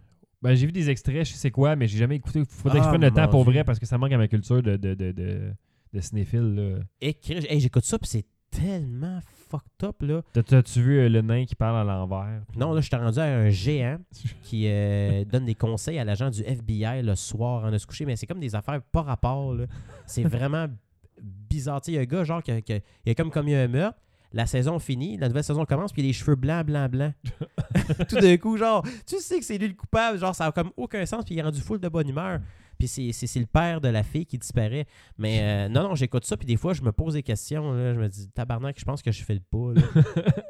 [SPEAKER 3] Ben, j'ai vu des extraits, je sais quoi, mais j'ai jamais écouté. Faudrait que je
[SPEAKER 4] Ah,
[SPEAKER 3] prenne le temps
[SPEAKER 4] mon
[SPEAKER 3] pour
[SPEAKER 4] Dieu.
[SPEAKER 3] vrai parce que ça manque à ma culture de, de, de, de, de cinéphile. là.
[SPEAKER 4] Écrit, Eh, hey, j'écoute ça, puis c'est tellement fucked up, là.
[SPEAKER 3] T'as- T'as-tu vu euh, le nain qui parle à l'envers?
[SPEAKER 4] Non, là, je suis rendu à un géant qui euh, donne des conseils à l'agent du FBI le soir en de se coucher, mais c'est comme des affaires pas rapport, là. C'est vraiment bizarre. Tu sais, il y a un gars, genre, qui a, qui a- il a comme commis un meurtre, la saison finit, la nouvelle saison commence, puis il a les cheveux blancs, blancs, blancs. Tout d'un coup, genre, tu sais que c'est lui le coupable, genre, ça a comme aucun sens, puis il est rendu full de bonne humeur. Puis c'est- c'est c'est le père de la fille qui disparaît. Mais euh, non, non, j'écoute ça, puis des fois, je me pose des questions, là. Je me dis, tabarnak, je pense que je fais le pas, là.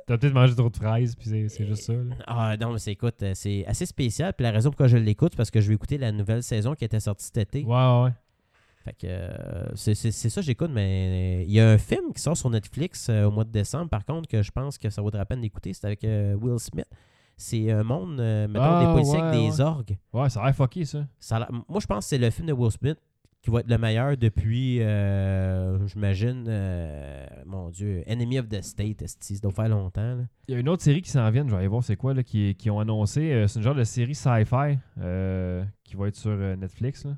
[SPEAKER 3] T'as peut-être mangé trop de fraises, puis c'est- c'est juste ça. là.
[SPEAKER 4] Ah non, mais c'est- écoute, euh, c'est assez spécial. Puis la raison pourquoi je l'écoute, c'est parce que je vais écouter la nouvelle saison qui était sortie cet été.
[SPEAKER 3] Ouais, ouais.
[SPEAKER 4] Fait que euh, c'est c'est- c'est ça que j'écoute, mais euh, il y a un film qui sort sur Netflix euh, au mois de décembre, par contre, que je pense que ça vaudrait la peine d'écouter. C'est avec euh, Will Smith. C'est un monde, euh, mettons,
[SPEAKER 3] Ah,
[SPEAKER 4] des policiers avec
[SPEAKER 3] ouais,
[SPEAKER 4] des
[SPEAKER 3] ouais.
[SPEAKER 4] orgues.
[SPEAKER 3] Ouais, ça a l'air fucké, ça.
[SPEAKER 4] Ça a l'air- moi, je pense que c'est le film de Will Smith qui va être le meilleur depuis, euh, j'imagine, euh, mon Dieu, Enemy of the State. esti, Ça doit faire longtemps. là.
[SPEAKER 3] Il y a une autre série qui s'en vient, je vais aller voir c'est quoi, là, qui, qui ont annoncé. euh, c'est une genre de série sci-fi euh, qui va être sur euh, Netflix. Là.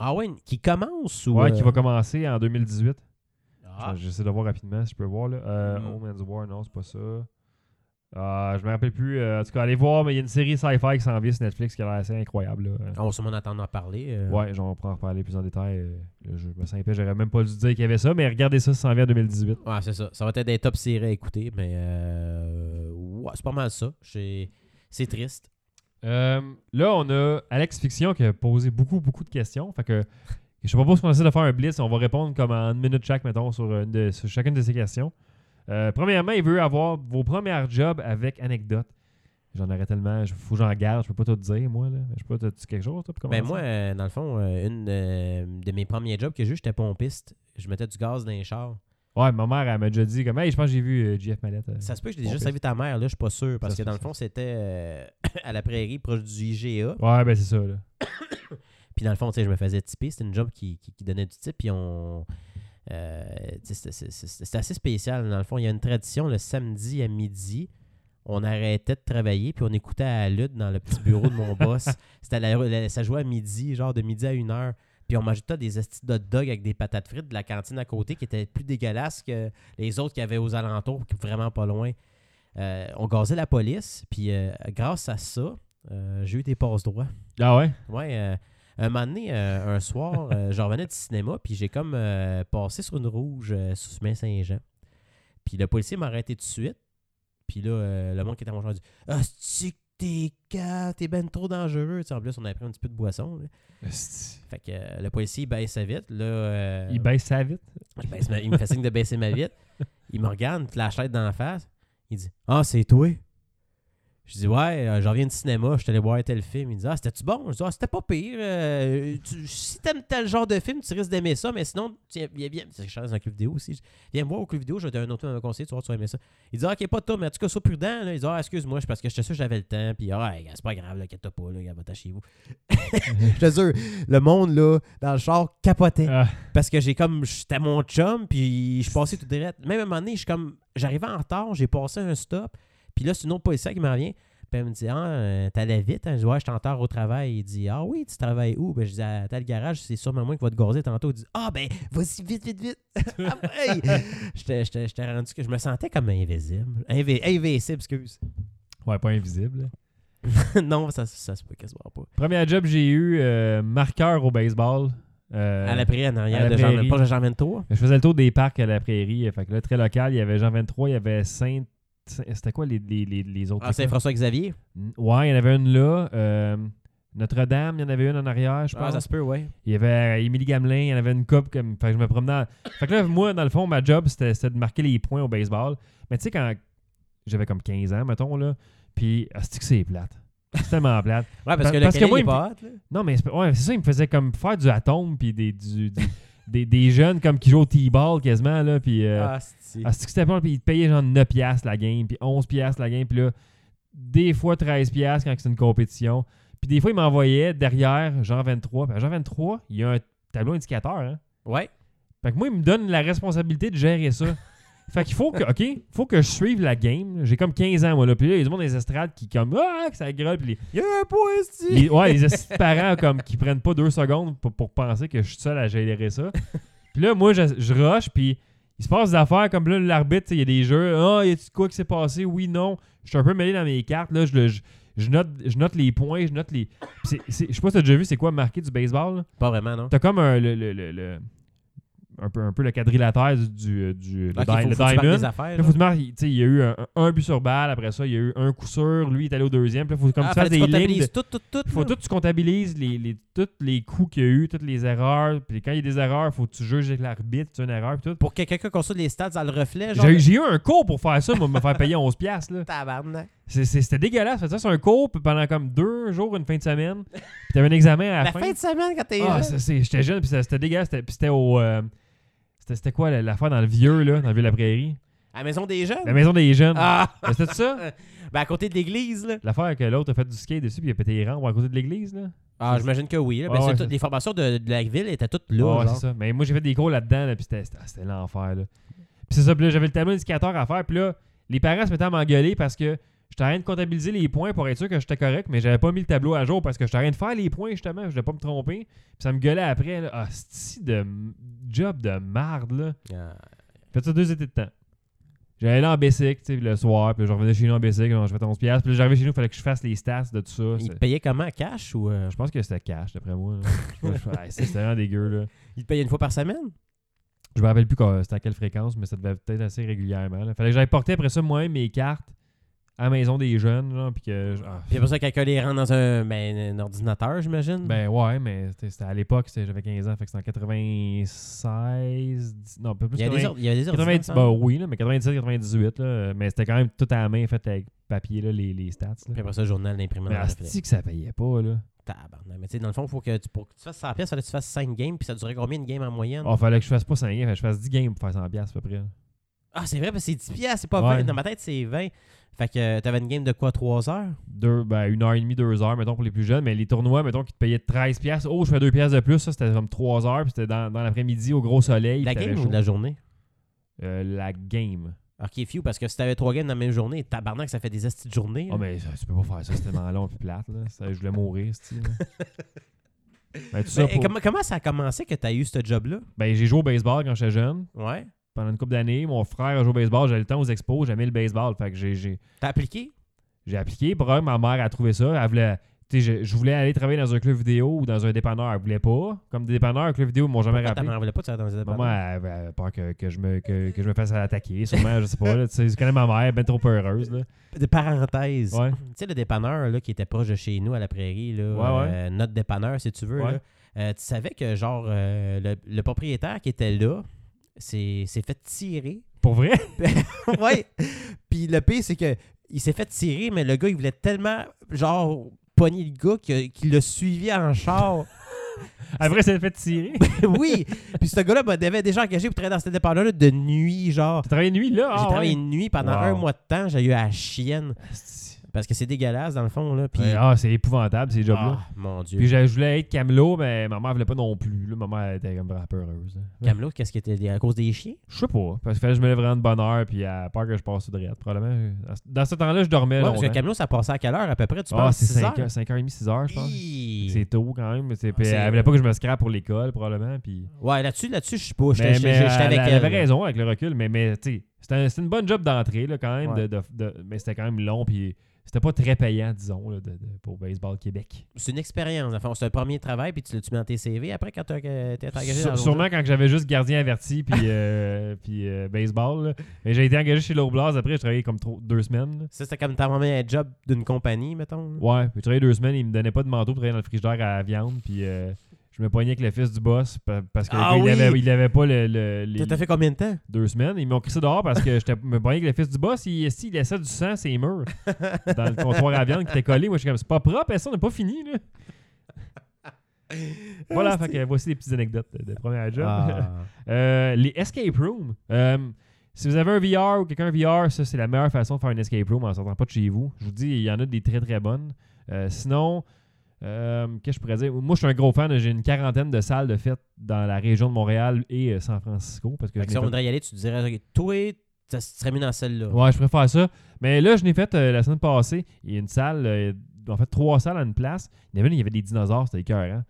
[SPEAKER 4] Ah ouais, qui commence ou.
[SPEAKER 3] Ouais,
[SPEAKER 4] euh,
[SPEAKER 3] qui va commencer en 2018.
[SPEAKER 4] Ah.
[SPEAKER 3] Je- J'essaie de voir rapidement si je peux voir. Là. Euh,
[SPEAKER 4] Mm.
[SPEAKER 3] Home and War, non, c'est pas ça. Ah, je me rappelle plus. euh, en tout cas, allez voir, mais il y a une série sci-fi qui s'en vient sur Netflix qui a l'air assez incroyable. là.
[SPEAKER 4] On va sûrement en entendre en parler. euh.
[SPEAKER 3] Ouais, j'en prends en reparler plus en détail. euh, là, je me sens épais, j'aurais même pas dû dire qu'il y avait ça, mais regardez ça, ça s'en vient en 2018.
[SPEAKER 4] Ouais, c'est ça. Ça va être des top séries à écouter, mais euh, ouais, c'est pas mal ça. J'ai- C'est triste.
[SPEAKER 3] Euh, là, on a Alex Fiction qui a posé beaucoup, beaucoup de questions. Fait que je sais pas pourquoi on essaie de faire un blitz. On va répondre comme en une minute chaque, mettons, sur, une de- sur chacune de ces questions. Euh, premièrement, il veut avoir vos premières jobs avec anecdote. J'en aurais tellement. je- Faut que j'en garde. Je peux pas tout dire, moi. Là. Je peux pas te dire quelque chose, toi, pour
[SPEAKER 4] Ben
[SPEAKER 3] commencer?
[SPEAKER 4] moi, euh, dans le fond, euh, une euh, de mes premiers jobs que j'ai eu, j'étais pompiste. Je mettais du gaz dans les chars.
[SPEAKER 3] Ouais, ma mère, elle m'a déjà dit comme, hey, je pense que j'ai vu euh, JF Mallette. euh.
[SPEAKER 4] Ça se peut que j'ai déjà
[SPEAKER 3] Pompiste.
[SPEAKER 4] servi ta mère, là, je suis pas sûr. Parce
[SPEAKER 3] Ça
[SPEAKER 4] que
[SPEAKER 3] se
[SPEAKER 4] dans
[SPEAKER 3] peut,
[SPEAKER 4] le
[SPEAKER 3] ça
[SPEAKER 4] fond, c'était euh, à la prairie, proche du IGA.
[SPEAKER 3] Ouais, ben c'est ça, là.
[SPEAKER 4] Puis dans le fond, tu sais, je me faisais tiper. C'était une job qui, qui- qui donnait du type. Puis on. euh, tu sais, c'était- c'est- c'est- C'était assez spécial. Dans le fond, il y a une tradition le samedi à midi. on arrêtait de travailler, puis on écoutait à la lutte dans le petit bureau de mon boss. C'était la- la- ça jouait à midi, genre de midi à une heure. Puis on m'ajoutait des estis de hot dog avec des patates frites de la cantine à côté qui étaient plus dégueulasses que les autres qu'il y avait aux alentours, qui- vraiment pas loin. Euh, on gazait la police, puis euh, grâce à ça, euh, j'ai eu des passes droits.
[SPEAKER 3] Ah ouais?
[SPEAKER 4] Ouais, euh, un moment donné, euh, un soir, euh, je revenais du cinéma, puis j'ai comme euh, passé sur une rouge euh, sous Saint-Jean. Puis le policier m'a arrêté tout de suite. Puis là, euh, le monde qui était à mon genre a dit Ah, c'est que t'es gars, t'es ben trop dangereux. Tu sais, en plus, on avait pris un petit peu de boisson. là. Fait que euh, le policier, il baisse sa vitre. Là, euh,
[SPEAKER 3] Il baisse ça vite.
[SPEAKER 4] je baisse ma- ben, il me fait signe de baisser ma vitre. Il me regarde, flashlight dans la face. Il dit Ah, c'est toi Je dis Ouais, euh, je reviens du cinéma, je suis allé voir tel film. Il dit Ah, c'était-tu bon Je dis Ah, c'était pas pire. euh, tu- si t'aimes tel genre de film, tu risques d'aimer ça, mais sinon, tiens, viens, viens. C'est que je suis dans un club vidéo aussi. Je dis, Viens me voir au club vidéo, je vais te donner un autre film à me conseiller, tu vois, tu vas aimer ça. Il dit Ah, Ok, pas toi, mais en tout cas, sois prudent. là. Il dit Ah, excuse-moi, c'est parce que j'étais sûr que j'avais le temps. Puis, ah, hey, c'est pas grave, là, t'as pas, là, regarde, va-t'en chez vous. je te jure, le monde, là, dans le char, capotait.
[SPEAKER 3] Ah,
[SPEAKER 4] Parce que j'ai comme. J'étais à mon chum, puis je passais tout direct. Même à un moment donné, je suis comme. J'arrivais en retard, j'ai passé un stop, puis là, c'est une autre policière qui m'en vient. Puis elle me dit Ah, euh, t'allais vite. Hein? Je dis Ouais, je suis en retard au travail. Il dit Ah oui, tu travailles où ben, Je dis Ah, T'as le garage, c'est sûrement moi qui va te gazer tantôt. Il dit Ah, ben, vas-y vite, vite, vite. Après, j'étais- j'étais j'étais rendu que je me sentais comme invisible. Invi- invincible, excuse.
[SPEAKER 3] ouais, pas invisible.
[SPEAKER 4] non, ça, ça se peut quasiment pas.
[SPEAKER 3] Premier job, j'ai eu euh, marqueur au baseball. Euh,
[SPEAKER 4] à la prairie en
[SPEAKER 3] à
[SPEAKER 4] arrière
[SPEAKER 3] la
[SPEAKER 4] de Jean,
[SPEAKER 3] prairie. Ah,
[SPEAKER 4] pas de Jean 23.
[SPEAKER 3] Je faisais le tour des parcs à la prairie. euh, Fait que là, très local, il y avait Jean 23, il y avait Saint. Saint- C'était quoi les, les, les, les autres?
[SPEAKER 4] Ah,
[SPEAKER 3] écoles?
[SPEAKER 4] Saint-François-Xavier.
[SPEAKER 3] Ouais, il y en avait une là. euh, Notre-Dame, il y en avait une en arrière, je
[SPEAKER 4] Je pense
[SPEAKER 3] pense.
[SPEAKER 4] Ah, ça se peut, ouais.
[SPEAKER 3] Il y avait euh, Émilie Gamelin, il y en avait une coupe. Comme... Fait que je me promenais. à- Fait que là, moi, dans le fond, ma job, c'était c'était de marquer les points au baseball. Mais tu sais, quand j'avais comme 15 ans, mettons, là, puis, ah, c'est que c'est plate. C'est tellement plate.
[SPEAKER 4] Ouais, parce
[SPEAKER 3] Parce-
[SPEAKER 4] que le
[SPEAKER 3] parce que
[SPEAKER 4] Canadien
[SPEAKER 3] moi, il
[SPEAKER 4] est
[SPEAKER 3] me-
[SPEAKER 4] pas hot, là.
[SPEAKER 3] Non, mais c'est ouais, c'est ça, il me faisait comme faire du atome, puis des, du- du- des, des jeunes comme qui jouent au T-ball quasiment, là, puis. euh,
[SPEAKER 4] Ah, c'est-
[SPEAKER 3] ah, c'est que c'était pas, puis ils te payaient genre 9 piastres la game, puis 11 piastres la game, puis là, des fois 13 piastres quand c'est une compétition. Puis des fois, ils m'envoyaient derrière Jean 23. Puis à Jean 23, il y a un tableau indicateur. Hein?
[SPEAKER 4] Ouais.
[SPEAKER 3] Fait que moi, il me donne la responsabilité de gérer ça. fait qu'il faut que, OK, faut que je suive la game. J'ai comme 15 ans, moi, là. Puis là, il y a du monde dans les estrades qui, comme, ah, que ça gueule. Puis les,
[SPEAKER 4] Il y a un point,
[SPEAKER 3] les- ouais, les esti de parents comme qui prennent pas deux secondes pour, pour penser que je suis seul à gérer ça. Puis là, moi, je, je rush, puis il se passe des affaires comme là, l'arbitre, tu sais, il y a des jeux. Ah, y a-tu de quoi qui s'est passé? Oui, non. Je suis un peu mêlé dans mes cartes. Là, je, le- je, je note, je note les points, je note les. Puis c'est- c'est- Je sais pas si t'as déjà vu, c'est quoi marquer du baseball? là?
[SPEAKER 4] Pas vraiment, non.
[SPEAKER 3] T'as comme un, le, le- le- le- un, peu, un peu le quadrilatère du, du, euh, du- le
[SPEAKER 4] Ok,
[SPEAKER 3] di-
[SPEAKER 4] faut-
[SPEAKER 3] le
[SPEAKER 4] faut que tu marques
[SPEAKER 3] diamond.
[SPEAKER 4] des affaires.
[SPEAKER 3] Là,
[SPEAKER 4] là.
[SPEAKER 3] faut que tu marques, tu sais, il y a eu un, un but sur balle, après ça, il y a eu un coup sûr, lui, il est allé au deuxième, puis là, faut comme
[SPEAKER 4] Ah,
[SPEAKER 3] tu fasses
[SPEAKER 4] fallait
[SPEAKER 3] des
[SPEAKER 4] que tu
[SPEAKER 3] lignes. de-
[SPEAKER 4] comptabilises tout, tout, tout.
[SPEAKER 3] faut
[SPEAKER 4] là.
[SPEAKER 3] tout que tu comptabilises les, les- tous les coups qu'il y a eu, toutes les erreurs. Puis quand il y a des erreurs, faut que tu juges avec l'arbitre, c'est une erreur, puis tout.
[SPEAKER 4] Pour que quelqu'un consulte les stats dans le reflet, genre.
[SPEAKER 3] J'ai j'ai eu un cours pour faire ça, moi, me faire payer 11 piastres, là.
[SPEAKER 4] Tabarnak.
[SPEAKER 3] C'est- c'est- C'était dégueulasse. Fait que ça, c'est un cours puis pendant comme deux jours, une fin de semaine. Puis t'avais un examen à la,
[SPEAKER 4] La fin de semaine, quand t'es.
[SPEAKER 3] Ah,
[SPEAKER 4] là.
[SPEAKER 3] ça, c'est- j'étais jeune, puis ça- c'était dégueulasse. C'était- Puis c'était au... euh, c'était c'était quoi la- l'affaire dans le vieux, là, dans le vieux La Prairie?
[SPEAKER 4] À la maison des jeunes.
[SPEAKER 3] La maison des jeunes.
[SPEAKER 4] Ah!
[SPEAKER 3] Mais C'était ça?
[SPEAKER 4] Ben, à côté de l'église, là.
[SPEAKER 3] L'affaire que l'autre a fait du skate dessus, puis il a pété les rampes à côté de l'église, là?
[SPEAKER 4] Ah, j'imagine que oui. là. Ben,
[SPEAKER 3] Ouais,
[SPEAKER 4] c'est
[SPEAKER 3] ouais,
[SPEAKER 4] toutes-
[SPEAKER 3] c'est-
[SPEAKER 4] les formations de, de la ville étaient toutes là.
[SPEAKER 3] Ouais,
[SPEAKER 4] genre.
[SPEAKER 3] c'est ça. Mais moi, j'ai fait des cours là-dedans, là, puis c'était- c'était ah, c'était l'enfer. là. Puis c'est ça, puis là, j'avais le tableau indicateur à faire, puis là, les parents se mettaient à m'engueuler parce que j'étais en train de comptabiliser les points pour être sûr que j'étais correct, mais j'avais pas mis le tableau à jour parce que j'étais en train de faire les points, justement, je voulais pas me tromper. Puis ça me gueulait après, là. Ah, c'ti de m- job de marde, là.
[SPEAKER 4] Ah.
[SPEAKER 3] Fait ça deux étés de temps. J'allais là en bicycle, tu sais, le soir, puis je revenais chez nous en bicycle, genre, je faisais 11 piastres, puis là, j'arrivais chez nous, il fallait que je fasse les stats de tout ça.
[SPEAKER 4] Ils
[SPEAKER 3] C'est-
[SPEAKER 4] te payaient comment Cash ou. euh,
[SPEAKER 3] Je pense que c'était cash, d'après moi. là. Je sais pas, je- ouais, C'était vraiment dégueu, là.
[SPEAKER 4] Ils te payaient une fois par semaine
[SPEAKER 3] Je me rappelle plus quand- c'était à quelle fréquence, mais ça devait peut-être assez régulièrement. là. Fallait que j'aille porter après ça moi mes cartes à la maison des jeunes, genre, puis que. je- ah,
[SPEAKER 4] Puis après ça, quelqu'un les rentre dans un, ben, un ordinateur, j'imagine.
[SPEAKER 3] ben ouais, mais c'était c'était à l'époque, c'était- j'avais 15 ans, fait que c'était en 96, dix- non, un peu plus
[SPEAKER 4] il y a des
[SPEAKER 3] 80
[SPEAKER 4] or- il y a des
[SPEAKER 3] 90,
[SPEAKER 4] ordinateurs.
[SPEAKER 3] bah oui, là, mais 97, 98, là, mais c'était quand même tout à la main, fait avec papier, là, les, les stats. là.
[SPEAKER 4] Puis après ça, le journal, l'imprimant.
[SPEAKER 3] Mais
[SPEAKER 4] dans le reflet.
[SPEAKER 3] asti que ça payait pas, là.
[SPEAKER 4] Tabarnak. Mais tu sais, dans le fond, faut que tu, pour que tu fasses 100 pièces, fallait que tu fasses 5 games, puis ça durait combien de games en moyenne?
[SPEAKER 3] Oh, fallait que je fasse pas 5 games, fallait que je fasse 10 games pour faire 100 piastres à peu près. là.
[SPEAKER 4] Ah, c'est vrai, parce que c'est 10 pièces, c'est pas
[SPEAKER 3] Ouais.
[SPEAKER 4] 20. Dans ma tête, c'est 20. Fait que euh, t'avais une game de quoi, 3 heures?
[SPEAKER 3] Deux, ben, une heure et demie, deux heures, mettons, pour les plus jeunes. Mais les tournois, mettons, qui te payaient 13 piastres. Oh, je fais deux piastres de plus. Ça, c'était comme trois heures. Puis c'était dans, dans l'après-midi, au gros soleil.
[SPEAKER 4] La
[SPEAKER 3] puis t'avais
[SPEAKER 4] game ou
[SPEAKER 3] chaud.
[SPEAKER 4] de la journée?
[SPEAKER 3] Euh, la game.
[SPEAKER 4] OK, Few, parce que si t'avais trois games dans la même journée, tabarnak, ça fait des astis de journée.
[SPEAKER 3] Ah, mais ça, tu peux pas faire ça, c'est tellement long et plate. Là. Ça, je voulais mourir, c'ti, là. Ben, tout ça pour-
[SPEAKER 4] comment, comment ça a commencé que t'as eu ce job-là?
[SPEAKER 3] ben, j'ai joué au baseball quand j'étais jeune.
[SPEAKER 4] Ouais.
[SPEAKER 3] Pendant une couple d'années, mon frère a joué au baseball. J'avais le temps aux expos, j'aimais le baseball. Fait que j'ai- j'ai
[SPEAKER 4] T'as appliqué?
[SPEAKER 3] j'ai appliqué. Pour ma mère a trouvé ça. Elle voulait. tu sais, Je, je voulais aller travailler dans un club vidéo ou dans un dépanneur. Elle voulait pas. Comme des dépanneurs, un club vidéo, ils m'ont jamais
[SPEAKER 4] Pourquoi ta
[SPEAKER 3] rappelé.
[SPEAKER 4] mère voulait pas, tu vas dans les
[SPEAKER 3] Maman Bah, elle avait peur que, que je me, que, que je me fasse attaquer, sûrement, je sais pas. Là, tu sais, je connais ma mère, bien trop heureuse. Là.
[SPEAKER 4] De parenthèse.
[SPEAKER 3] Ouais.
[SPEAKER 4] Tu sais, le dépanneur là, qui était proche de chez nous à la prairie, là,
[SPEAKER 3] Ouais, ouais.
[SPEAKER 4] euh, notre dépanneur, si tu veux,
[SPEAKER 3] Ouais.
[SPEAKER 4] là, euh, tu savais que genre euh, le, le propriétaire qui était là s'est s'est fait tirer.
[SPEAKER 3] Pour vrai?
[SPEAKER 4] ouais. Puis le pire, c'est que il s'est fait tirer, mais le gars, il voulait tellement genre pogner le gars qu'il a- qu'il l'a suivi en char.
[SPEAKER 3] Après, ça l'a fait tirer.
[SPEAKER 4] oui. Puis ce gars-là ben, devait déjà engagé pour travailler dans ce dépanneur-là de nuit, genre.
[SPEAKER 3] T'as travaillé de nuit, là? Ah,
[SPEAKER 4] J'ai travaillé
[SPEAKER 3] ouais.
[SPEAKER 4] de nuit pendant
[SPEAKER 3] Wow.
[SPEAKER 4] un mois de temps, j'ai eu à la chienne.
[SPEAKER 3] Asti.
[SPEAKER 4] Parce que c'est dégueulasse dans le fond, là. Puis,
[SPEAKER 3] Ouais, Ah, c'est épouvantable, ces jobs-là.
[SPEAKER 4] Ah, mon Dieu.
[SPEAKER 3] Puis je, je voulais être Camelot, mais maman elle voulait pas non plus. Là, maman elle était comme vraiment peu heureuse. là.
[SPEAKER 4] Camelot, qu'est-ce qui était à cause des chiens?
[SPEAKER 3] Je sais pas, parce que fallait que je me lève vraiment de bonne heure, puis à peur que je passe sous drette. Probablement, euh, dans ce temps-là, je dormais
[SPEAKER 4] Ouais, parce que
[SPEAKER 3] longtemps.
[SPEAKER 4] Camelot, ça passait à quelle heure à peu près? Tu
[SPEAKER 3] Ah,
[SPEAKER 4] penses
[SPEAKER 3] c'est
[SPEAKER 4] 6
[SPEAKER 3] 5
[SPEAKER 4] heures?
[SPEAKER 3] h 30 6 heures, je pense.
[SPEAKER 4] Hi! Ah,
[SPEAKER 3] C'est tôt quand même. mais c'est- Puis
[SPEAKER 4] C'est-
[SPEAKER 3] elle voulait pas que je me scrape pour l'école, probablement. Puis...
[SPEAKER 4] Ouais, là-dessus, là-dessus, je suis pas. J'étais
[SPEAKER 3] mais
[SPEAKER 4] j'étais-
[SPEAKER 3] mais
[SPEAKER 4] j'étais
[SPEAKER 3] elle,
[SPEAKER 4] avec euh,
[SPEAKER 3] elle avait
[SPEAKER 4] là.
[SPEAKER 3] raison avec le recul, mais, mais tu sais, c'était un- c'était une bonne job d'entrée là, quand même,
[SPEAKER 4] Ouais.
[SPEAKER 3] de- de- de- mais c'était quand même long, puis c'était pas très payant, disons, là, de- de- pour Baseball Québec.
[SPEAKER 4] C'est une expérience. Enfin, c'est un premier travail, puis tu l'as-tu mis dans tes CV après quand t'as que- t'es engagé
[SPEAKER 3] Sû-
[SPEAKER 4] dans
[SPEAKER 3] sûrement quand j'avais juste gardien averti, puis, euh, puis euh, baseball. là. Mais j'ai été engagé chez l'Oblast, après j'ai travaillé comme trop- deux semaines. là.
[SPEAKER 4] Ça, c'était comme ta maman un job d'une compagnie, mettons. là.
[SPEAKER 3] Ouais, j'ai travaillé deux semaines, il me donnait pas de manteau pour travailler dans le frigidaire à la viande, puis euh, je me poignais avec le fils du boss pa- parce qu'il
[SPEAKER 4] Ah oui!
[SPEAKER 3] avait, il avait pas le, le- les
[SPEAKER 4] T'as fait combien de temps?
[SPEAKER 3] deux semaines. Ils m'ont crissé dehors parce que je me poignais avec le fils du boss, il, s'il laissait du sang ses murs dans le comptoir à la viande qui était collé. Moi, je suis comme, c'est pas propre, eh, ça, on n'a pas fini. Là. Voilà, fait que voici des petites anecdotes de, de première job.
[SPEAKER 4] Ah.
[SPEAKER 3] Euh, les escape rooms. Euh, si vous avez un VR ou quelqu'un VR, ça c'est la meilleure façon de faire une escape room en sortant pas de chez vous. Je vous dis, il y en a des très très bonnes. Euh, sinon, euh, qu'est-ce que je pourrais dire Moi, je suis un gros fan. J'ai une quarantaine de salles de fête dans la région de Montréal et euh, San Francisco parce que
[SPEAKER 4] Fait
[SPEAKER 3] je
[SPEAKER 4] que
[SPEAKER 3] n'ai
[SPEAKER 4] si on
[SPEAKER 3] fait-
[SPEAKER 4] voudrait y aller, tu te dirais, OK, toi, ça se serait mis dans celle-là.
[SPEAKER 3] Ouais, je préfère ça. Mais là, je l'ai fait euh, la semaine passée. Il y a une salle, euh, en fait, trois salles à une place. Il y en avait une, il y avait des dinosaures, c'était écœurant.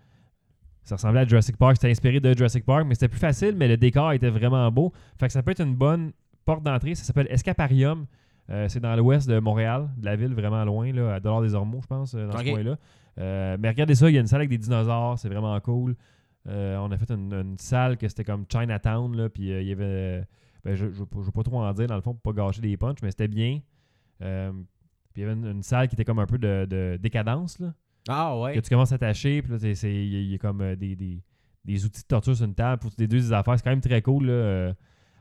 [SPEAKER 3] Ça ressemblait à Jurassic Park, c'était inspiré de Jurassic Park, mais c'était plus facile, mais le décor était vraiment beau. Fait que ça peut être une bonne porte d'entrée. Ça s'appelle Escaparium. Euh, c'est dans l'ouest de Montréal, de la ville vraiment loin, là, à Dolores des Ormeaux, je pense, euh, dans
[SPEAKER 4] Ok.
[SPEAKER 3] ce coin-là. Euh, mais regardez ça, il y a une salle avec des dinosaures, c'est vraiment cool. Euh, on a fait une, une salle que c'était comme Chinatown, là, puis euh, il y avait. ben, je ne veux pas trop en dire, dans le fond, pour pas gâcher des punchs, mais c'était bien. Euh, puis il y avait une, une salle qui était comme un peu de, de décadence, là,
[SPEAKER 4] Ah ouais.
[SPEAKER 3] que tu commences à tâcher, puis là, t'es- c'est- il y, a- il y a comme euh, des, des- des outils de torture sur une table pour des deux des affaires. C'est quand même très cool, là. euh.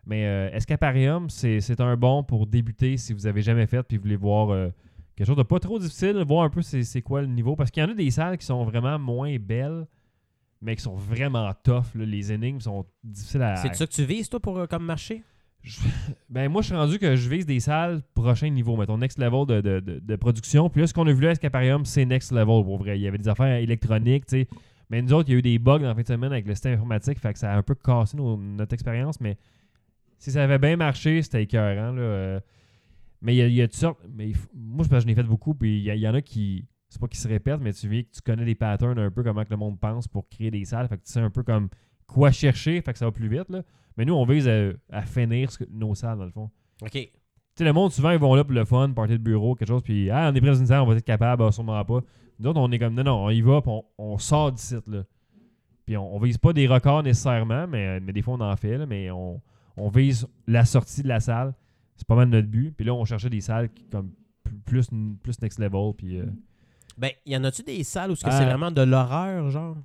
[SPEAKER 3] mais euh, Escaparium, c'est c'est un bon pour débuter si vous avez jamais fait, puis vous voulez voir euh, quelque chose de pas trop difficile, voir un peu c'est c'est quoi le niveau. Parce qu'il y en a des salles qui sont vraiment moins belles, mais qui sont vraiment tough. là. Les énigmes sont difficiles à.
[SPEAKER 4] C'est ça que tu vises, toi, pour euh, comme marché?
[SPEAKER 3] Je- Ben moi, je suis rendu que je vise des salles prochain niveau, mettons, next level de, de- de- de production. Puis là, ce qu'on a vu là à Escaparium, c'est next level pour vrai. Il y avait des affaires électroniques, tu sais. Mais nous autres, il y a eu des bugs dans la fin de semaine avec le système informatique, fait que ça a un peu cassé nos- notre expérience. Mais si ça avait bien marché, c'était écœurant. Là, euh. mais il y a, il y a toutes sortes. Mais il faut- moi, je pense que je n'ai fait beaucoup. Puis il y, a- il y en a qui. C'est pas qui se répètent, mais tu vis que tu connais des patterns un peu comment que le monde pense pour créer des salles. Fait que tu sais un peu comme quoi chercher, fait que ça va plus vite. Là. Mais nous, on vise à, à finir ce que- nos salles, dans le fond.
[SPEAKER 4] OK.
[SPEAKER 3] Tu sais, le monde, souvent, ils vont là pour le fun, party de bureau, quelque chose, puis ah, on est prêt dans une salle, on va être capable, ah, sûrement pas. Nous autres, on est comme, non, non, on y va, puis on, on sort d'ici, là. Puis on, on vise pas des records nécessairement, mais, mais des fois, on en fait, là, mais on, on vise la sortie de la salle. C'est pas mal notre but. Puis là, on cherchait des salles qui, comme plus, plus next level, puis... euh,
[SPEAKER 4] Ben, y en a-tu des salles où ce que
[SPEAKER 3] Ah.
[SPEAKER 4] c'est vraiment de l'horreur, genre?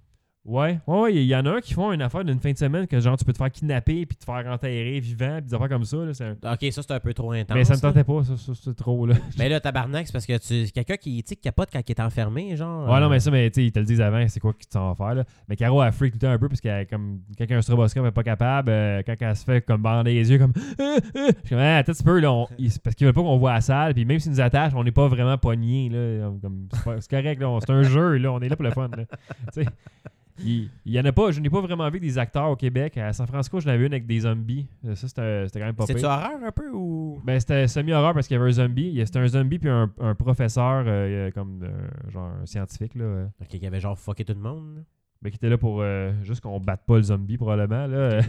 [SPEAKER 3] Ouais, ouais, ouais, il y en a un qui font une affaire d'une fin de semaine que genre tu peux te faire kidnapper puis te faire enterrer vivant, puis des affaires comme ça. Là, c'est un-
[SPEAKER 4] Ok, ça, c'est un peu trop intense.
[SPEAKER 3] Mais ça me
[SPEAKER 4] là.
[SPEAKER 3] tentait pas, ça, ça, c'est trop là.
[SPEAKER 4] Mais là, tabarnak, c'est parce que tu quelqu'un qui, tu sais, qui capote quand il est enfermé, genre.
[SPEAKER 3] Ouais, non,
[SPEAKER 4] euh,
[SPEAKER 3] mais ça, mais tu sais, ils te le disent avant, c'est quoi que tu t'en vas faire, là. Mais Caro, elle freak tout le temps un peu, parce qu'elle, comme, quand un stroboscope elle est pas capable, euh, quand elle se fait comme bander les yeux, comme, Ah, ah je suis comme, ah, attends un petit peu, là, on- ils- parce qu'ils veulent pas qu'on voit la salle, puis même s'ils nous attachent, on n'est pas vraiment pognés, là. Comme, c'est pas- c'est correct, là, on- c'est un jeu, là, on est là pour le fun, là. Tu sais. Il il y en a pas, je n'ai pas vraiment vu des acteurs au Québec. À San Francisco, j'en avais une avec des zombies. Euh, Ça, c'était c'était quand même pas
[SPEAKER 4] C'est-tu
[SPEAKER 3] pire.
[SPEAKER 4] horreur un peu ou.
[SPEAKER 3] Ben, c'était semi-horreur parce qu'il y avait un zombie. Il y a- C'était un zombie puis un, un professeur, euh, comme euh, genre un scientifique, là, euh,
[SPEAKER 4] Ok, il y avait genre fucké tout le monde. là.
[SPEAKER 3] ben, qui était là pour euh, juste qu'on batte pas le zombie, probablement. Là. Euh,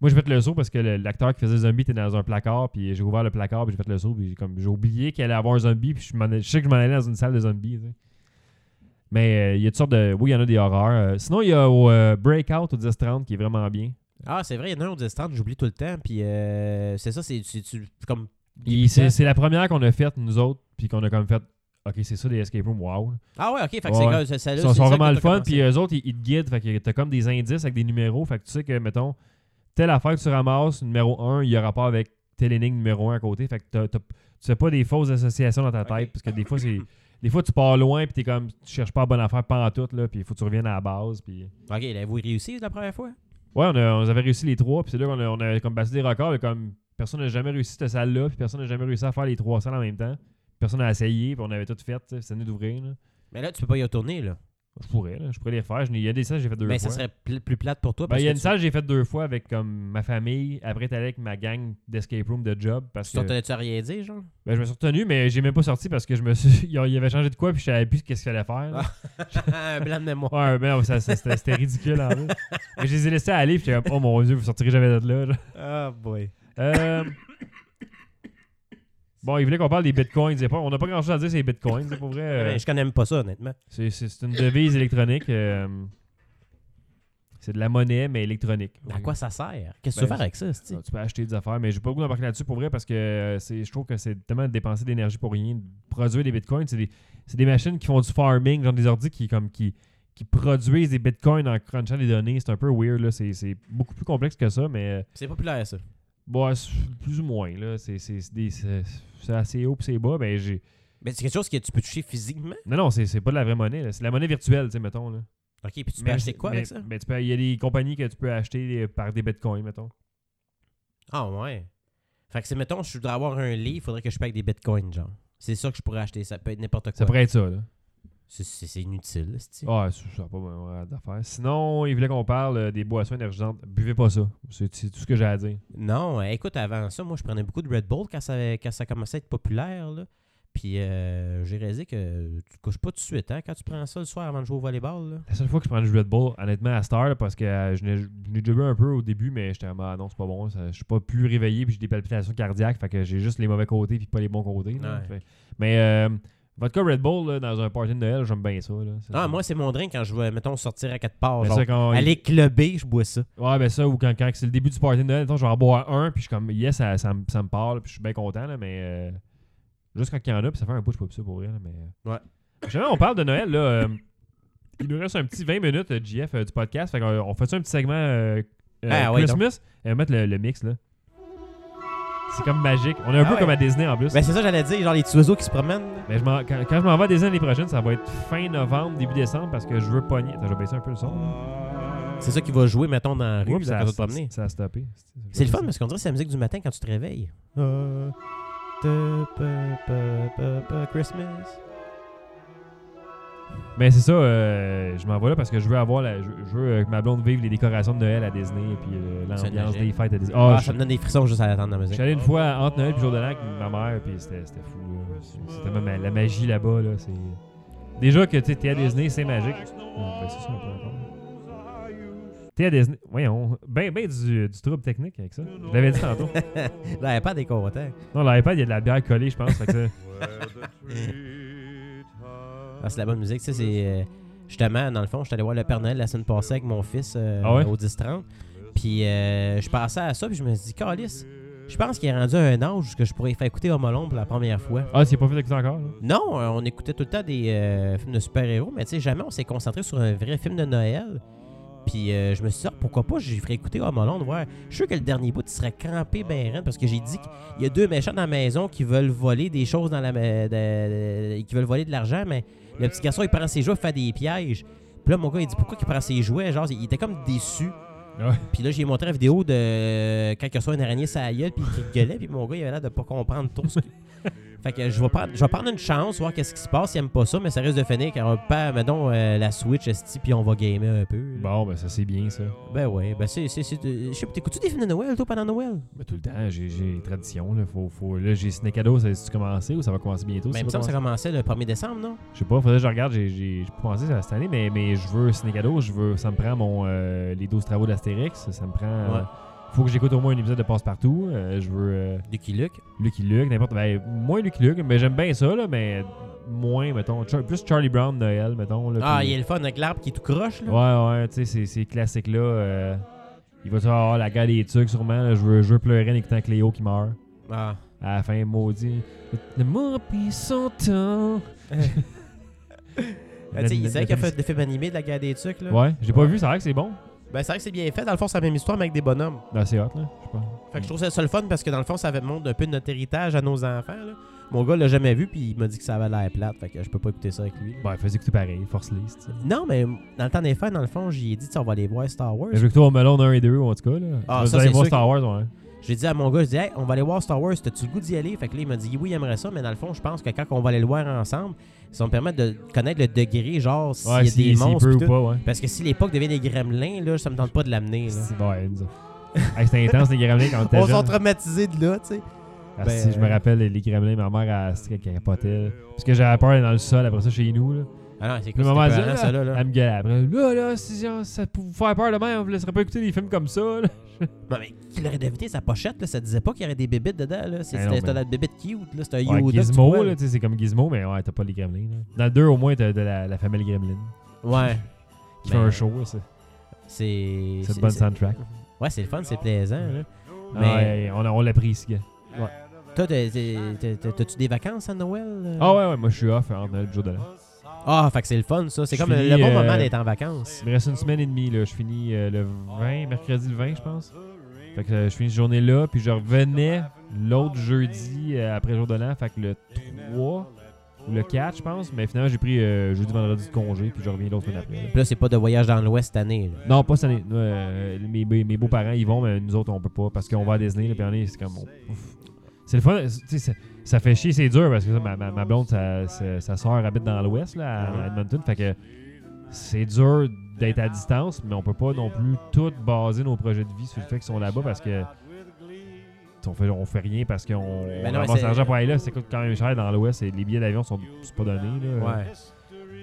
[SPEAKER 3] Moi, j'ai fait le saut parce que le- l'acteur qui faisait le zombie était dans un placard, puis j'ai ouvert le placard, puis j'ai fait le saut, puis j'ai comme- j'ai oublié qu'il allait avoir un zombie, puis je, m'en allais- je sais que je m'en allais dans une salle de zombies. tu sais. Mais euh, il y a toutes sortes de. Oui, il y en a des horreurs. Euh, sinon, il y a au euh, Breakout au 10-30 qui est vraiment bien.
[SPEAKER 4] Ah, c'est vrai, il y en a un au 10 30, j'oublie tout le temps. Puis euh, c'est ça, c'est c'est- tu- comme.
[SPEAKER 3] Il- C'est c'est la première qu'on a faite, nous autres, puis qu'on a comme fait. Ok, c'est ça, des escape rooms, wow.
[SPEAKER 4] Ah ouais, ok, fait que
[SPEAKER 3] Ouais,
[SPEAKER 4] c'est
[SPEAKER 3] ouais.
[SPEAKER 4] comme- ça- ça-
[SPEAKER 3] Ils
[SPEAKER 4] là,
[SPEAKER 3] sont,
[SPEAKER 4] c'est
[SPEAKER 3] sont
[SPEAKER 4] ça que
[SPEAKER 3] vraiment
[SPEAKER 4] t'as
[SPEAKER 3] le fun,
[SPEAKER 4] commencé.
[SPEAKER 3] puis eux autres, ils, ils te guident. Fait que t'as comme des indices avec des numéros. Fait que tu sais que, mettons, telle affaire que tu ramasses, numéro 1, il y a rapport avec telle énigme numéro 1 à côté. Fait que t'as- t'as- tu fais pas des fausses associations dans ta tête, parce que des fois, c'est. Des fois, tu pars loin, puis t'es comme, tu cherches pas la bonne affaire pantoute, là, puis il faut que tu reviennes à la base, puis...
[SPEAKER 4] Ok, l'avez-vous réussi la première fois
[SPEAKER 3] Ouais, on, a- on avait réussi les trois, puis c'est là qu'on a, on a comme battu des records, là, comme personne n'a jamais réussi cette salle-là, puis personne n'a jamais réussi à faire les trois salles en même temps. Personne n'a essayé, puis on avait tout fait, tu sais, c'est venu d'ouvrir, là.
[SPEAKER 4] Mais là, tu peux pas y retourner, là.
[SPEAKER 3] Je pourrais, là, je pourrais les faire. Je n'ai- Il y a des salles, j'ai fait deux
[SPEAKER 4] Mais
[SPEAKER 3] fois.
[SPEAKER 4] Ben, ça serait pl- plus plate pour toi.
[SPEAKER 3] Ben,
[SPEAKER 4] parce
[SPEAKER 3] il y a
[SPEAKER 4] que
[SPEAKER 3] une
[SPEAKER 4] tu-
[SPEAKER 3] salle que j'ai faite deux fois avec comme ma famille. Après, t'allais avec ma gang d'escape room de job parce
[SPEAKER 4] Tu
[SPEAKER 3] que
[SPEAKER 4] t'entendais-tu à rien dire, genre
[SPEAKER 3] ben, je me suis retenu, mais j'ai même pas sorti parce que je me suis. Il y avait changé de quoi puis je savais plus qu'est-ce qu'il fallait faire. là.
[SPEAKER 4] Un blanc de mémoire.
[SPEAKER 3] Ouais, mais non, ça- ça- c'était c'était ridicule en vrai. Mais je les ai laissés aller puis j'étais comme, oh mon dieu, vous sortirez jamais de là. genre.
[SPEAKER 4] Ah, boy.
[SPEAKER 3] Euh, Bon, ils voulaient qu'on parle des bitcoins. c'est pas- On n'a pas grand chose à dire sur les bitcoins, c'est pour vrai. euh,
[SPEAKER 4] je connais même pas ça, honnêtement.
[SPEAKER 3] C'est c'est- c'est une devise électronique. euh, C'est de la monnaie, mais électronique.
[SPEAKER 4] À quoi ça sert Qu'est-ce que tu
[SPEAKER 3] Ben,
[SPEAKER 4] veux faire avec ça, c'ti?
[SPEAKER 3] Ah, tu peux acheter des affaires, mais j'ai pas le goût d'embarquer là-dessus pour vrai parce que euh, c'est, je trouve que c'est tellement dépenser d'énergie pour rien. Produire des bitcoins, c'est des, c'est des machines qui font du farming, genre des ordi qui, comme, qui, qui produisent des bitcoins en crunchant des données. C'est un peu weird, là. C'est, c'est beaucoup plus complexe que ça, mais euh,
[SPEAKER 4] C'est populaire, ça.
[SPEAKER 3] bon, c'est plus ou moins, là. C'est, c'est, c'est des- c'est- c'est assez haut puis c'est bas. Ben, j'ai...
[SPEAKER 4] Mais c'est quelque chose que tu peux toucher physiquement.
[SPEAKER 3] Non, non, c'est, c'est pas de la vraie monnaie, là. C'est de la monnaie virtuelle, tu sais, mettons. Là.
[SPEAKER 4] Ok, puis tu peux
[SPEAKER 3] Mais-
[SPEAKER 4] acheter quoi avec
[SPEAKER 3] mais-
[SPEAKER 4] ça
[SPEAKER 3] ben, tu peux- Il y a des compagnies que tu peux acheter euh, par des bitcoins, mettons.
[SPEAKER 4] Ah, ouais. Fait que c'est, mettons, je voudrais avoir un lit, il faudrait que je paye avec des bitcoins, genre. C'est ça que je pourrais acheter. Ça peut être n'importe quoi.
[SPEAKER 3] Ça pourrait être ça, là.
[SPEAKER 4] C'est- C'est c'est inutile, c'ti.
[SPEAKER 3] Ah, ça ça a pas vraiment d'affaires. Sinon, il voulait qu'on parle euh, des boissons énergisantes. Buvez pas ça. C'est c'est tout ce que j'ai à dire.
[SPEAKER 4] Non, euh, écoute, avant ça, moi, je prenais beaucoup de Red Bull quand ça, avait- quand ça commençait à être populaire. Là. Puis euh, j'ai réalisé que tu te couches pas tout de suite hein, quand tu prends ça le soir avant de jouer au volleyball. Là.
[SPEAKER 3] La seule fois que je prends du Red Bull, honnêtement, à cette heure, là, parce que euh, je n'ai je n'ai déjà bu un peu au début, mais j'étais comme, ah non, c'est pas bon. ça- je suis pas plus réveillé, puis j'ai des palpitations cardiaques. Fait que j'ai juste les mauvais côtés, puis pas les bons côtés. là.
[SPEAKER 4] Ouais.
[SPEAKER 3] Fait- mais euh, vodka Red Bull, là, dans un party de Noël, j'aime bien ça. Là. Ça,
[SPEAKER 4] Ah,
[SPEAKER 3] ça-
[SPEAKER 4] moi, c'est mon drink quand je vais, mettons, sortir à quatre parts.
[SPEAKER 3] Ben,
[SPEAKER 4] genre,
[SPEAKER 3] ça, quand-
[SPEAKER 4] aller clubber, je bois ça.
[SPEAKER 3] Ouais, ben ça, ou quand, quand c'est le début du party de Noël, mettons, je vais en boire un, puis je suis comme, yes, ça, ça, me- ça me parle, puis je suis bien content, là, mais euh, juste quand il y en a, puis ça fait un push, pas plus ça pour rien, mais.
[SPEAKER 4] Ouais.
[SPEAKER 3] Jamais on parle de Noël, là. euh, il nous reste un petit 20 minutes, euh, JF, euh, du podcast, fait qu'on on fait ça un petit segment euh, euh,
[SPEAKER 4] Ah, ouais,
[SPEAKER 3] Christmas, et on va mettre le, le mix, là. C'est comme magique. On est un
[SPEAKER 4] Ah,
[SPEAKER 3] peu
[SPEAKER 4] ouais.
[SPEAKER 3] comme à Disney en plus.
[SPEAKER 4] Ben, c'est ça, j'allais dire, genre les petits oiseaux qui se promènent. là.
[SPEAKER 3] Mais je m'en- quand, quand je m'en vais à Disney l'année prochaine, ça va être fin novembre, début décembre, parce que je veux pogner. Attends, je vais baisser un peu le son.
[SPEAKER 4] Oh, C'est ça qui va jouer, mettons, dans la rue
[SPEAKER 3] Oups,
[SPEAKER 4] là,
[SPEAKER 3] ça,
[SPEAKER 4] quand tu vas te
[SPEAKER 3] ça,
[SPEAKER 4] promener.
[SPEAKER 3] ça a stoppé.
[SPEAKER 4] C'est le fun parce qu'on dirait que c'est la musique du matin quand tu te réveilles. Euh, ta- pa- pa- pa- pa- Christmas.
[SPEAKER 3] Mais Ben, c'est ça, euh, je m'en vais là parce que je veux avoir la, je, je veux euh, que ma blonde vive les décorations de Noël à Disney et puis euh,
[SPEAKER 4] C'est
[SPEAKER 3] l'ambiance
[SPEAKER 4] magique.
[SPEAKER 3] des fêtes à Disney. Ah,
[SPEAKER 4] Ah,
[SPEAKER 3] je,
[SPEAKER 4] ça me donne des frissons juste à l'attendre dans la
[SPEAKER 3] je
[SPEAKER 4] musique.
[SPEAKER 3] suis allé une fois entre Noël et Jour de l'An avec ma mère puis c'était c'était fou. là. C'est- C'était même la- la magie là-bas. Là, c'est- Déjà que tu es à Disney, c'est magique. Ah, ben, c'est ça, un peu encore. T'es à Disney. Voyons, ben, ben du, du trouble technique avec ça. Je l'avais dit tantôt.
[SPEAKER 4] Là, pas des content.
[SPEAKER 3] Non, l'iPad, il y a de la bière collée, je pense. fait que ça-
[SPEAKER 4] Ah, c'est la bonne musique, tu sais, c'est... euh, justement, dans le fond, je suis allé voir le Père Noël la semaine passée avec mon fils euh,
[SPEAKER 3] Ah ouais?
[SPEAKER 4] au 10-30. Puis euh, je pensais à ça, puis je me suis dit, Calice, je pense qu'il est rendu à un âge que je pourrais faire écouter Home Alone pour la première fois.
[SPEAKER 3] Ah, c'est pas fait d'écouter encore. là?
[SPEAKER 4] Non, euh, on écoutait tout le temps des euh, films de super-héros, mais tu sais, jamais on s'est concentré sur un vrai film de Noël. Puis euh, je me suis dit, Ah, pourquoi pas, j'y ferais écouter Home Alone, voir. Je suis sûr que le dernier bout, il serait crampé ben raide, parce que j'ai dit qu'il y a deux méchants dans la maison qui veulent voler des choses dans la... ma- de- de- qui veulent voler de l'argent, mais le petit garçon, il prend ses jouets, il fait des pièges. Puis là, mon gars, il dit, pourquoi il prend ses jouets? Genre, il était comme déçu.
[SPEAKER 3] Ouais.
[SPEAKER 4] Puis là, j'ai montré la vidéo de euh, quand il reçoit une araignée sur la gueule, puis qu'il gueulait, puis mon gars, il avait l'air de pas comprendre trop ce que... Fait que je vais prendre, je vais prendre une chance, voir qu'est-ce qui se passe. Ils aiment pas ça, mais ça risque de finir car on perd, mettons, euh, la Switch, esti, puis on va gamer un peu. là.
[SPEAKER 3] Bon, ben ça c'est bien ça.
[SPEAKER 4] Ben ouais, ben c'est. c'est- c'est- euh, Je sais pas, t'écoutes-tu des films de Noël, toi, pendant Noël?
[SPEAKER 3] Ben, tout le temps, j'ai-
[SPEAKER 4] Euh,
[SPEAKER 3] j'ai tradition. Là, faut, faut, là j'ai Ciné Cadeau, ça a-tu commencé ou ça va commencer bientôt?
[SPEAKER 4] Mais Ben, il me
[SPEAKER 3] ça
[SPEAKER 4] semble
[SPEAKER 3] va
[SPEAKER 4] que ça commençait le 1er décembre, non?
[SPEAKER 3] Je sais pas, faudrait que je regarde, j'ai- j'ai j'ai pas pensé à cette année, mais, mais je veux Ciné Cadeau, je veux, ça me prend mon, euh, les 12 travaux d'Astérix, ça me prend... euh,
[SPEAKER 4] Ouais.
[SPEAKER 3] faut que j'écoute au moins un épisode de Passe-Partout, euh, je veux euh,
[SPEAKER 4] Lucky Luke.
[SPEAKER 3] Lucky Luke, n'importe... Ben, moins Lucky Luke, mais j'aime bien ça, là, mais moins, mettons, Char- plus Charlie Brown de Noël, mettons. Là,
[SPEAKER 4] Ah,
[SPEAKER 3] puis-
[SPEAKER 4] il y a le fun avec l'arbre qui est tout croche, là.
[SPEAKER 3] Ouais, ouais, tu sais, ces, ces classiques-là, euh, il va toujours avoir la guerre des trucs sûrement, là, je, veux, je veux pleurer en écoutant Cléo qui meurt.
[SPEAKER 4] Ah.
[SPEAKER 3] À la fin, maudit. L'amour pis son temps.
[SPEAKER 4] Ben, tu sais, il sait qu'il a fait des films animés de la guerre des tucs, là.
[SPEAKER 3] Ouais, j'ai pas vu, c'est vrai que c'est bon.
[SPEAKER 4] Ben, c'est vrai que c'est bien fait. Dans le fond, c'est la même histoire, mais avec des bonhommes.
[SPEAKER 3] Non, c'est hot, là. Je sais pas.
[SPEAKER 4] Fait que je trouve ça, ça le fun parce que dans le fond, ça fait- montre un peu notre héritage à nos enfants. là. Mon gars l'a jamais vu puis il m'a dit que ça avait l'air plate. Fait que je peux pas écouter ça avec lui. là.
[SPEAKER 3] Bon, Ben, fais écouter pareil, force list.
[SPEAKER 4] Non, mais dans le temps des fêtes, dans le fond, j'y ai dit, tu sais, on va aller voir Star Wars.
[SPEAKER 3] Mais je veux que toi, au melon 1 et 2, en tout cas, là.
[SPEAKER 4] Ah,
[SPEAKER 3] Vous
[SPEAKER 4] ça,
[SPEAKER 3] allez
[SPEAKER 4] c'est
[SPEAKER 3] voir
[SPEAKER 4] sûr
[SPEAKER 3] Star Wars, ouais.
[SPEAKER 4] J'ai dit à mon gars, je dis, hey, on va aller voir Star Wars, t'as-tu le goût d'y aller? Fait que là, il m'a dit, oui, il aimerait ça, mais dans le fond, je pense que quand on va aller le voir ensemble, ça me permet de connaître le degré, genre, s'il
[SPEAKER 3] Ouais,
[SPEAKER 4] y a des
[SPEAKER 3] s'il s'il
[SPEAKER 4] monstres.
[SPEAKER 3] peut
[SPEAKER 4] pis
[SPEAKER 3] ou
[SPEAKER 4] tout.
[SPEAKER 3] pas, ouais.
[SPEAKER 4] Parce que si l'époque devient des gremlins, là, ça me tente pas de l'amener. là.
[SPEAKER 3] C'est ouais, nous autres. Hey, C'était intense, les gremlins, quand on était
[SPEAKER 4] On s'en
[SPEAKER 3] jeune.
[SPEAKER 4] traumatisé de là, tu sais.
[SPEAKER 3] Ah,
[SPEAKER 4] ben,
[SPEAKER 3] si, je me
[SPEAKER 4] euh,
[SPEAKER 3] rappelle, les, les gremlins, ma mère, elle se capotait. là. Parce que j'avais peur d'être dans le sol après ça chez nous, là.
[SPEAKER 4] Ah non, c'est
[SPEAKER 3] Puis
[SPEAKER 4] cool.
[SPEAKER 3] ma mère
[SPEAKER 4] c'était
[SPEAKER 3] disait,
[SPEAKER 4] épeurant, ça, là,
[SPEAKER 3] là,
[SPEAKER 4] là.
[SPEAKER 3] elle me gueulait après. Là, là, si genre, ça peut vous faire peur demain, on vous laisserait pas écouter des films comme ça, là.
[SPEAKER 4] Non, mais qu'il aurait d'éviter sa pochette, là, ça disait pas qu'il y aurait des bébites dedans. Là. C'est,
[SPEAKER 3] Ben
[SPEAKER 4] c'était
[SPEAKER 3] non, mais-
[SPEAKER 4] c'était la bébite cute, là. c'était un
[SPEAKER 3] Ouais,
[SPEAKER 4] Yoda. que tu
[SPEAKER 3] Gizmo,
[SPEAKER 4] vois,
[SPEAKER 3] là, tu sais, c'est comme Gizmo, mais ouais, t'as pas les gremlins. là. Dans le 2, au moins, t'as de la, la famille gremlin
[SPEAKER 4] Ouais.
[SPEAKER 3] qui
[SPEAKER 4] Ben,
[SPEAKER 3] fait un show. là, C'est
[SPEAKER 4] C'est.
[SPEAKER 3] c'est une bonne soundtrack.
[SPEAKER 4] Ouais, c'est le fun, c'est plaisant. Là.
[SPEAKER 3] Ah,
[SPEAKER 4] Mais-
[SPEAKER 3] ouais, on, a- on l'a pris, ce gars.
[SPEAKER 4] Toi, t'as, t'as- t'as- t'as- t'as-tu des vacances à Noël? euh?
[SPEAKER 3] Ah ouais, ouais, moi je suis off entre Noël et le jour de l'an.
[SPEAKER 4] Ah, fait que c'est le fun, ça. C'est
[SPEAKER 3] Je
[SPEAKER 4] comme le- le
[SPEAKER 3] finis,
[SPEAKER 4] bon
[SPEAKER 3] euh,
[SPEAKER 4] moment d'être en vacances.
[SPEAKER 3] Il me reste une semaine et demie, là. Je finis euh, le 20, mercredi le 20, je pense. Fait que euh, je finis cette journée-là, puis je revenais l'autre jeudi euh, après le jour de l'an, fait que le 3 ou le 4, je pense. Mais finalement, j'ai pris euh, jeudi, vendredi de congé, puis je reviens l'autre semaine après. là.
[SPEAKER 4] Puis là, c'est pas de voyage dans l'Ouest cette année. là.
[SPEAKER 3] Non, pas cette année. Euh, mes mes- mes beaux-parents, ils vont, mais nous autres, on peut pas parce qu'on va à Disney. Là, puis on est, c'est comme. oh, ouf. C'est le fun. tu sais, Ça, ça fait chier, c'est dur parce que ça, ma, ma, ma blonde, sa, sa, sa soeur habite dans l'ouest, là, à- à Edmonton. Fait que c'est dur d'être à distance, mais on peut pas non plus tout baser nos projets de vie sur le fait qu'ils sont là-bas parce que. On fait, on fait rien parce qu'on on
[SPEAKER 4] non,
[SPEAKER 3] ramasse
[SPEAKER 4] c'est-
[SPEAKER 3] l'argent pour aller là. Ça coûte quand même cher dans l'Ouest. et Les billets d'avion sont c'est pas donnés. Là.
[SPEAKER 4] Ouais.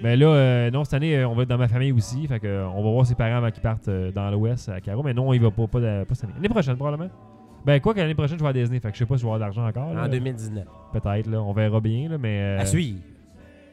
[SPEAKER 3] Mais là, euh, non, cette année, euh, on va être dans ma famille aussi. Fait que, euh, on va voir ses parents avant qu'ils partent euh, dans l'Ouest à Caro. Mais non, il va pas, pas, de- pas cette année. L'année prochaine, probablement. Ben, quoi que l'année prochaine, je vais à Disney. Fait que je sais pas si je vais avoir de l'argent encore. là.
[SPEAKER 4] En 2019.
[SPEAKER 3] Peut-être, là. On verra bien, là. Mais. euh,
[SPEAKER 4] À suivre.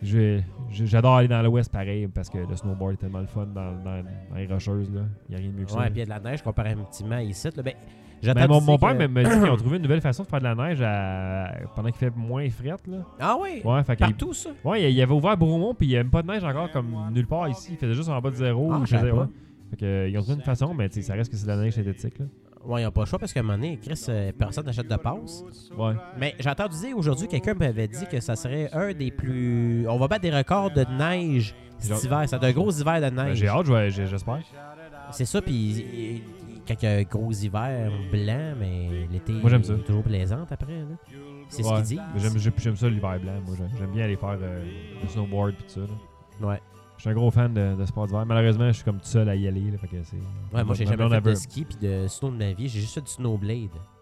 [SPEAKER 3] je vais- je- J'adore aller dans l'Ouest pareil parce que le snowboard est tellement le fun dans, dans- dans les rocheuses, là. Il a rien de mieux que ça.
[SPEAKER 4] Ouais, puis il y a de la neige comparativement ici. Là. Ben,
[SPEAKER 3] Mais
[SPEAKER 4] j'attends
[SPEAKER 3] mon,
[SPEAKER 4] de
[SPEAKER 3] mon
[SPEAKER 4] dire
[SPEAKER 3] père
[SPEAKER 4] que-
[SPEAKER 3] me- me dit qu'ils ont trouvé une nouvelle façon de faire de la neige à- pendant qu'il fait moins fret, là.
[SPEAKER 4] Ah ouais?
[SPEAKER 3] Ouais, fait que-
[SPEAKER 4] Partout, ça?
[SPEAKER 3] Ouais, il y avait ouvert Bromont, puis il n'y avait même pas de neige encore, comme nulle part ici. Il faisait juste en bas de zéro.
[SPEAKER 4] Ah,
[SPEAKER 3] ou
[SPEAKER 4] je savais
[SPEAKER 3] faisait-
[SPEAKER 4] pas.
[SPEAKER 3] ouais. Fait que, euh, ils ont trouvé une façon, mais tu sais, ça reste que c'est de la neige synthétique. Là.
[SPEAKER 4] Ouais, ils n'ont pas le choix parce qu'à un moment donné, Chris, euh, personne n'achète de passe.
[SPEAKER 3] Ouais.
[SPEAKER 4] Mais j'ai entendu dire aujourd'hui, quelqu'un m'avait dit que ça serait un des plus. On va battre des records de neige cet
[SPEAKER 3] Genre-
[SPEAKER 4] hiver. C'est un gros hiver de
[SPEAKER 3] Ben,
[SPEAKER 4] neige.
[SPEAKER 3] J'ai hâte, je vais- j'ai- j'espère.
[SPEAKER 4] C'est ça, puis quand il y a un gros hiver blanc, mais l'été
[SPEAKER 3] Moi, j'aime ça.
[SPEAKER 4] est toujours plaisante après. là. C'est
[SPEAKER 3] Ouais.
[SPEAKER 4] ce qu'ils
[SPEAKER 3] Mais J'aime
[SPEAKER 4] disent.
[SPEAKER 3] j'ai- j'aime ça l'hiver blanc. Moi, J'aime- j'aime bien aller faire euh, du snowboard et tout ça. là.
[SPEAKER 4] Ouais.
[SPEAKER 3] Je suis un gros fan de, de sport d'hiver. Malheureusement, je suis comme tout seul à y aller. Là, fait que c'est-
[SPEAKER 4] Ouais, moi, j'ai
[SPEAKER 3] Ma
[SPEAKER 4] jamais
[SPEAKER 3] blonde,
[SPEAKER 4] fait
[SPEAKER 3] elle veut-
[SPEAKER 4] de ski puis de snow de ma vie. J'ai juste fait du snowblade.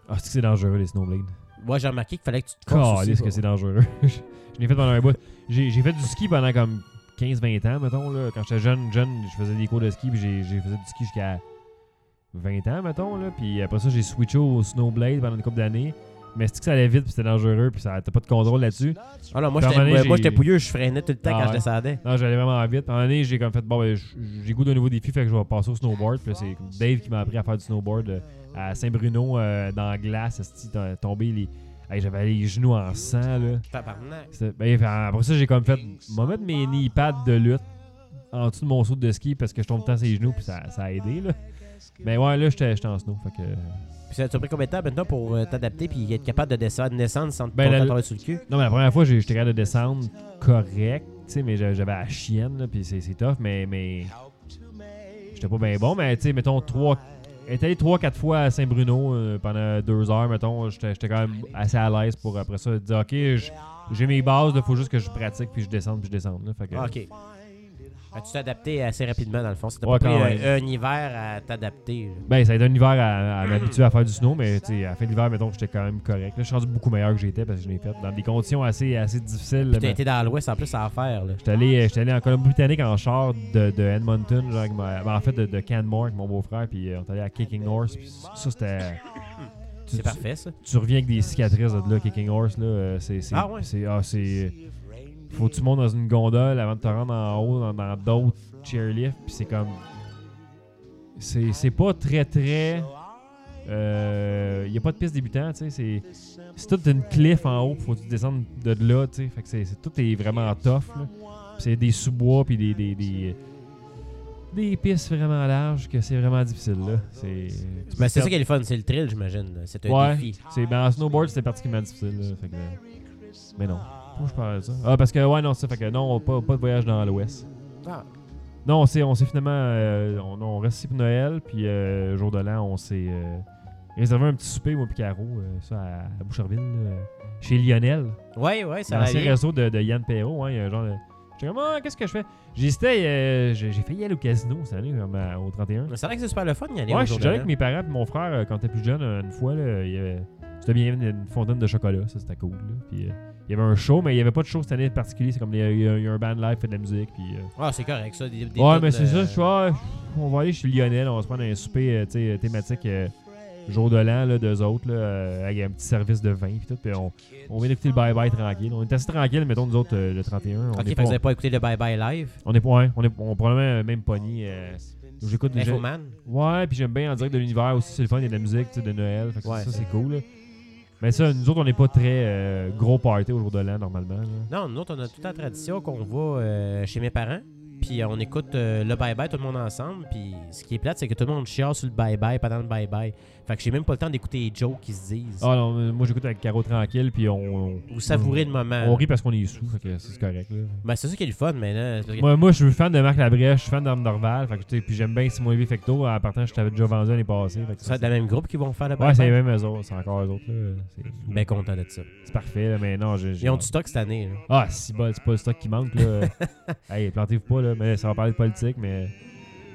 [SPEAKER 3] Ah, c'est que c'est dangereux, les snowblades.
[SPEAKER 4] Moi, j'ai remarqué qu'il fallait que tu te casses aussi,
[SPEAKER 3] Calisse que
[SPEAKER 4] quoi.
[SPEAKER 3] c'est dangereux. je je l'ai fait pendant un bout. J'ai j'ai fait du ski pendant comme 15-20 ans, mettons. Là. Quand j'étais jeune, jeune, je faisais des cours de ski, puis j'ai j'ai faisais du ski jusqu'à 20 ans, mettons. Là. Puis après ça, j'ai switché au snowblade pendant une couple d'années. Mais c'est que ça allait vite, puis c'était dangereux, puis ça- t'as pas de contrôle là-dessus.
[SPEAKER 4] Ah non, moi,
[SPEAKER 3] Puis à un moment
[SPEAKER 4] j'étais
[SPEAKER 3] donné,
[SPEAKER 4] moi,
[SPEAKER 3] j'ai-
[SPEAKER 4] j'étais pouilleux, je freinais tout le temps
[SPEAKER 3] Ah
[SPEAKER 4] quand
[SPEAKER 3] ouais.
[SPEAKER 4] je descendais.
[SPEAKER 3] Non, j'allais vraiment vite. Pendant l'année, j'ai comme fait, bon, ben, j- j'ai goût d'un nouveau défi, fait que je vais passer au snowboard. Puis là, c'est comme Dave qui m'a appris à faire du snowboard euh, à Saint-Bruno, euh, dans la glace, esti, t- tombé les. Hey, J'avais les genoux en sang, là.
[SPEAKER 4] Tabarnak.
[SPEAKER 3] C'était- ben, fait- après ça, j'ai comme fait. m'a mettre mes knee pads de lutte en dessous de mon saut de ski parce que je tombe tant sur les genoux, puis ça, ça a aidé. Là. Mais ouais, là, j'étais j'étais en snow. Fait que...
[SPEAKER 4] Puis ça t'a pris combien de temps maintenant pour euh, t'adapter puis être capable de descendre, descendre sans te
[SPEAKER 3] Ben, la-
[SPEAKER 4] tomber tomber sur le cul?
[SPEAKER 3] Non, mais la première fois, j'ai- j'étais capable de descendre correct, tu sais, mais j'avais j'avais la chienne, là, puis c'est c'est tough, mais. mais... J'étais pas bien bon, mais tu sais, mettons 3, est allé 3-4 fois à Saint-Bruno euh, pendant deux heures, mettons. J'étais j'étais quand même assez à l'aise pour après ça dire Ok, j- j'ai mes bases, il faut juste que je pratique, puis je descende, puis je descende. là. Fait que-
[SPEAKER 4] Ah, OK. Ah, tu t'es adapté assez rapidement, dans le fond. C'était
[SPEAKER 3] Ouais,
[SPEAKER 4] pas pris
[SPEAKER 3] quand
[SPEAKER 4] euh, un hiver à t'adapter. là.
[SPEAKER 3] Ben, ça a été un hiver à, à m'habituer à faire du snow, mais tu sais, à la fin de l'hiver, mettons que j'étais quand même correct. Là, je suis rendu beaucoup meilleur que j'étais parce que je l'ai fait dans des conditions assez, assez difficiles.
[SPEAKER 4] Puis
[SPEAKER 3] mais-
[SPEAKER 4] t'as été dans l'Ouest en plus à faire. Là.
[SPEAKER 3] J'étais allé, j'étais allé en Colombie-Britannique en char de, de Edmonton, genre, avec ma- ben, en fait de, de Canmore avec mon beau-frère, puis euh, on est allé à Kicking Horse. Puis ça, c'était. Tu,
[SPEAKER 4] C'est
[SPEAKER 3] tu-
[SPEAKER 4] parfait, ça.
[SPEAKER 3] tu reviens avec des cicatrices de là, Kicking Horse, là. euh, c'est, c'est,
[SPEAKER 4] Ah ouais?
[SPEAKER 3] c'est- ah, c'est- Faut que tu montes dans une gondole avant de te rendre en haut, dans, dans d'autres chairlifts, puis c'est comme. C'est, c'est pas très très. Il n'y a pas de piste débutant, tu sais. C'est, c'est toute une cliff en haut, faut que tu descendes de là, tu sais. Fait que c'est, c'est- tout est vraiment tough, là. Puis c'est des sous-bois, puis des, des, des, des pistes vraiment larges, que c'est vraiment difficile, là. C'est, tu
[SPEAKER 4] Mais c'est
[SPEAKER 3] perds-
[SPEAKER 4] ça qui est le fun, c'est le thrill, j'imagine. là. C'est un
[SPEAKER 3] Ouais.
[SPEAKER 4] défi.
[SPEAKER 3] c'est ben, en snowboard, c'était particulièrement difficile. là, fait que- mais non. Pourquoi je parlais de ça? Ah, parce que, ouais, non, ça fait que non, pas, pas de voyage dans l'Ouest.
[SPEAKER 4] Ah.
[SPEAKER 3] Non, on s'est, on s'est finalement. euh, on, on reste ici pour Noël, puis euh, jour de l'an, on s'est euh, réservé un petit souper, moi, Picaro, ça, à, à Boucherville, là, chez Lionel.
[SPEAKER 4] Ouais, ouais,
[SPEAKER 3] C'est
[SPEAKER 4] ça va
[SPEAKER 3] l'ancien
[SPEAKER 4] bien.
[SPEAKER 3] réseau de, de Yann Perrault. Hein, il y a un genre de. J'étais comme, ah, qu'est-ce que je fais? J'hésitais, euh, j'ai, j'ai failli aller au casino cette année, comme à- au 31.
[SPEAKER 4] Mais C'est vrai que c'est super le fun d'y aller.
[SPEAKER 3] Ouais,
[SPEAKER 4] au
[SPEAKER 3] je suis
[SPEAKER 4] jour de
[SPEAKER 3] déjà allé
[SPEAKER 4] l'an.
[SPEAKER 3] avec mes parents et mon frère euh, quand t'es plus jeune, euh, une fois, là, il y avait. C'était bien il y avait une fontaine de chocolat, ça c'était cool. là. Puis, euh, il y avait un show, mais il n'y avait pas de show cette année de particulier. C'est comme il y a- il y, a- il y a un band live, fait de la musique. Puis, euh,
[SPEAKER 4] Ah, c'est correct, ça. Des, des
[SPEAKER 3] ouais,
[SPEAKER 4] tunes,
[SPEAKER 3] mais c'est
[SPEAKER 4] euh,
[SPEAKER 3] ça, je suis ah, on va aller chez Lionel, on va se prendre un souper euh, tu sais, thématique euh, jour de l'an, là, d'eux autres, là, euh, avec un petit service de vin, puis tout. Puis on, on vient d'écouter le Bye Bye tranquille. On est assez tranquille, mettons, nous autres, euh, le 31. On
[SPEAKER 4] Ok,
[SPEAKER 3] est
[SPEAKER 4] fait que
[SPEAKER 3] pas,
[SPEAKER 4] vous avez pas écouté le Bye Bye Live.
[SPEAKER 3] on est pas, ouais, on est, on est probablement même pogné. euh, J'écoute déjà-
[SPEAKER 4] Infoman.
[SPEAKER 3] Ouais, puis j'aime bien en direct de l'univers aussi, c'est le fun, il y a de la musique tu sais, de Noël, fait que
[SPEAKER 4] Ouais.
[SPEAKER 3] ça c'est cool. là. Mais ça, nous autres, on n'est pas très euh, gros party au jour de l'an normalement. là.
[SPEAKER 4] Non, nous autres, on a toute la tradition qu'on va euh, chez mes parents. Puis euh, on écoute euh, le bye-bye tout le monde ensemble. Puis ce qui est plate, c'est que tout le monde chiale sur le bye-bye pendant le bye-bye. Fait que j'ai même pas le temps d'écouter les jokes qui se disent.
[SPEAKER 3] Ah non, euh, moi j'écoute avec Caro tranquille, puis on, on,
[SPEAKER 4] Ou savourer le moment.
[SPEAKER 3] on rit parce qu'on est sous, fait que c'est correct. là.
[SPEAKER 4] Ben, c'est ça qui est le fun, mais là. c'est parce que-
[SPEAKER 3] Moi, moi, je suis fan de Marc Labrèche, je suis fan d'Arme Dorval, fait que, tu sais, puis j'aime bien Simon Lévy Fecto, en partant, je t'avais déjà vendu l'année passée. fait que
[SPEAKER 4] Ça va être dans le même groupe qui vont faire le
[SPEAKER 3] Ouais,
[SPEAKER 4] bye-bye.
[SPEAKER 3] c'est les mêmes eux autres, c'est encore eux autres. là. C'est-
[SPEAKER 4] Ben content de ça.
[SPEAKER 3] C'est parfait, là, mais non, j'ai. j'ai-
[SPEAKER 4] Ils ont du stock cette année. là.
[SPEAKER 3] Ah, si bol, c'est pas le stock qui manque, là. hey, plantez-vous pas, là, mais ça va parler de politique, mais.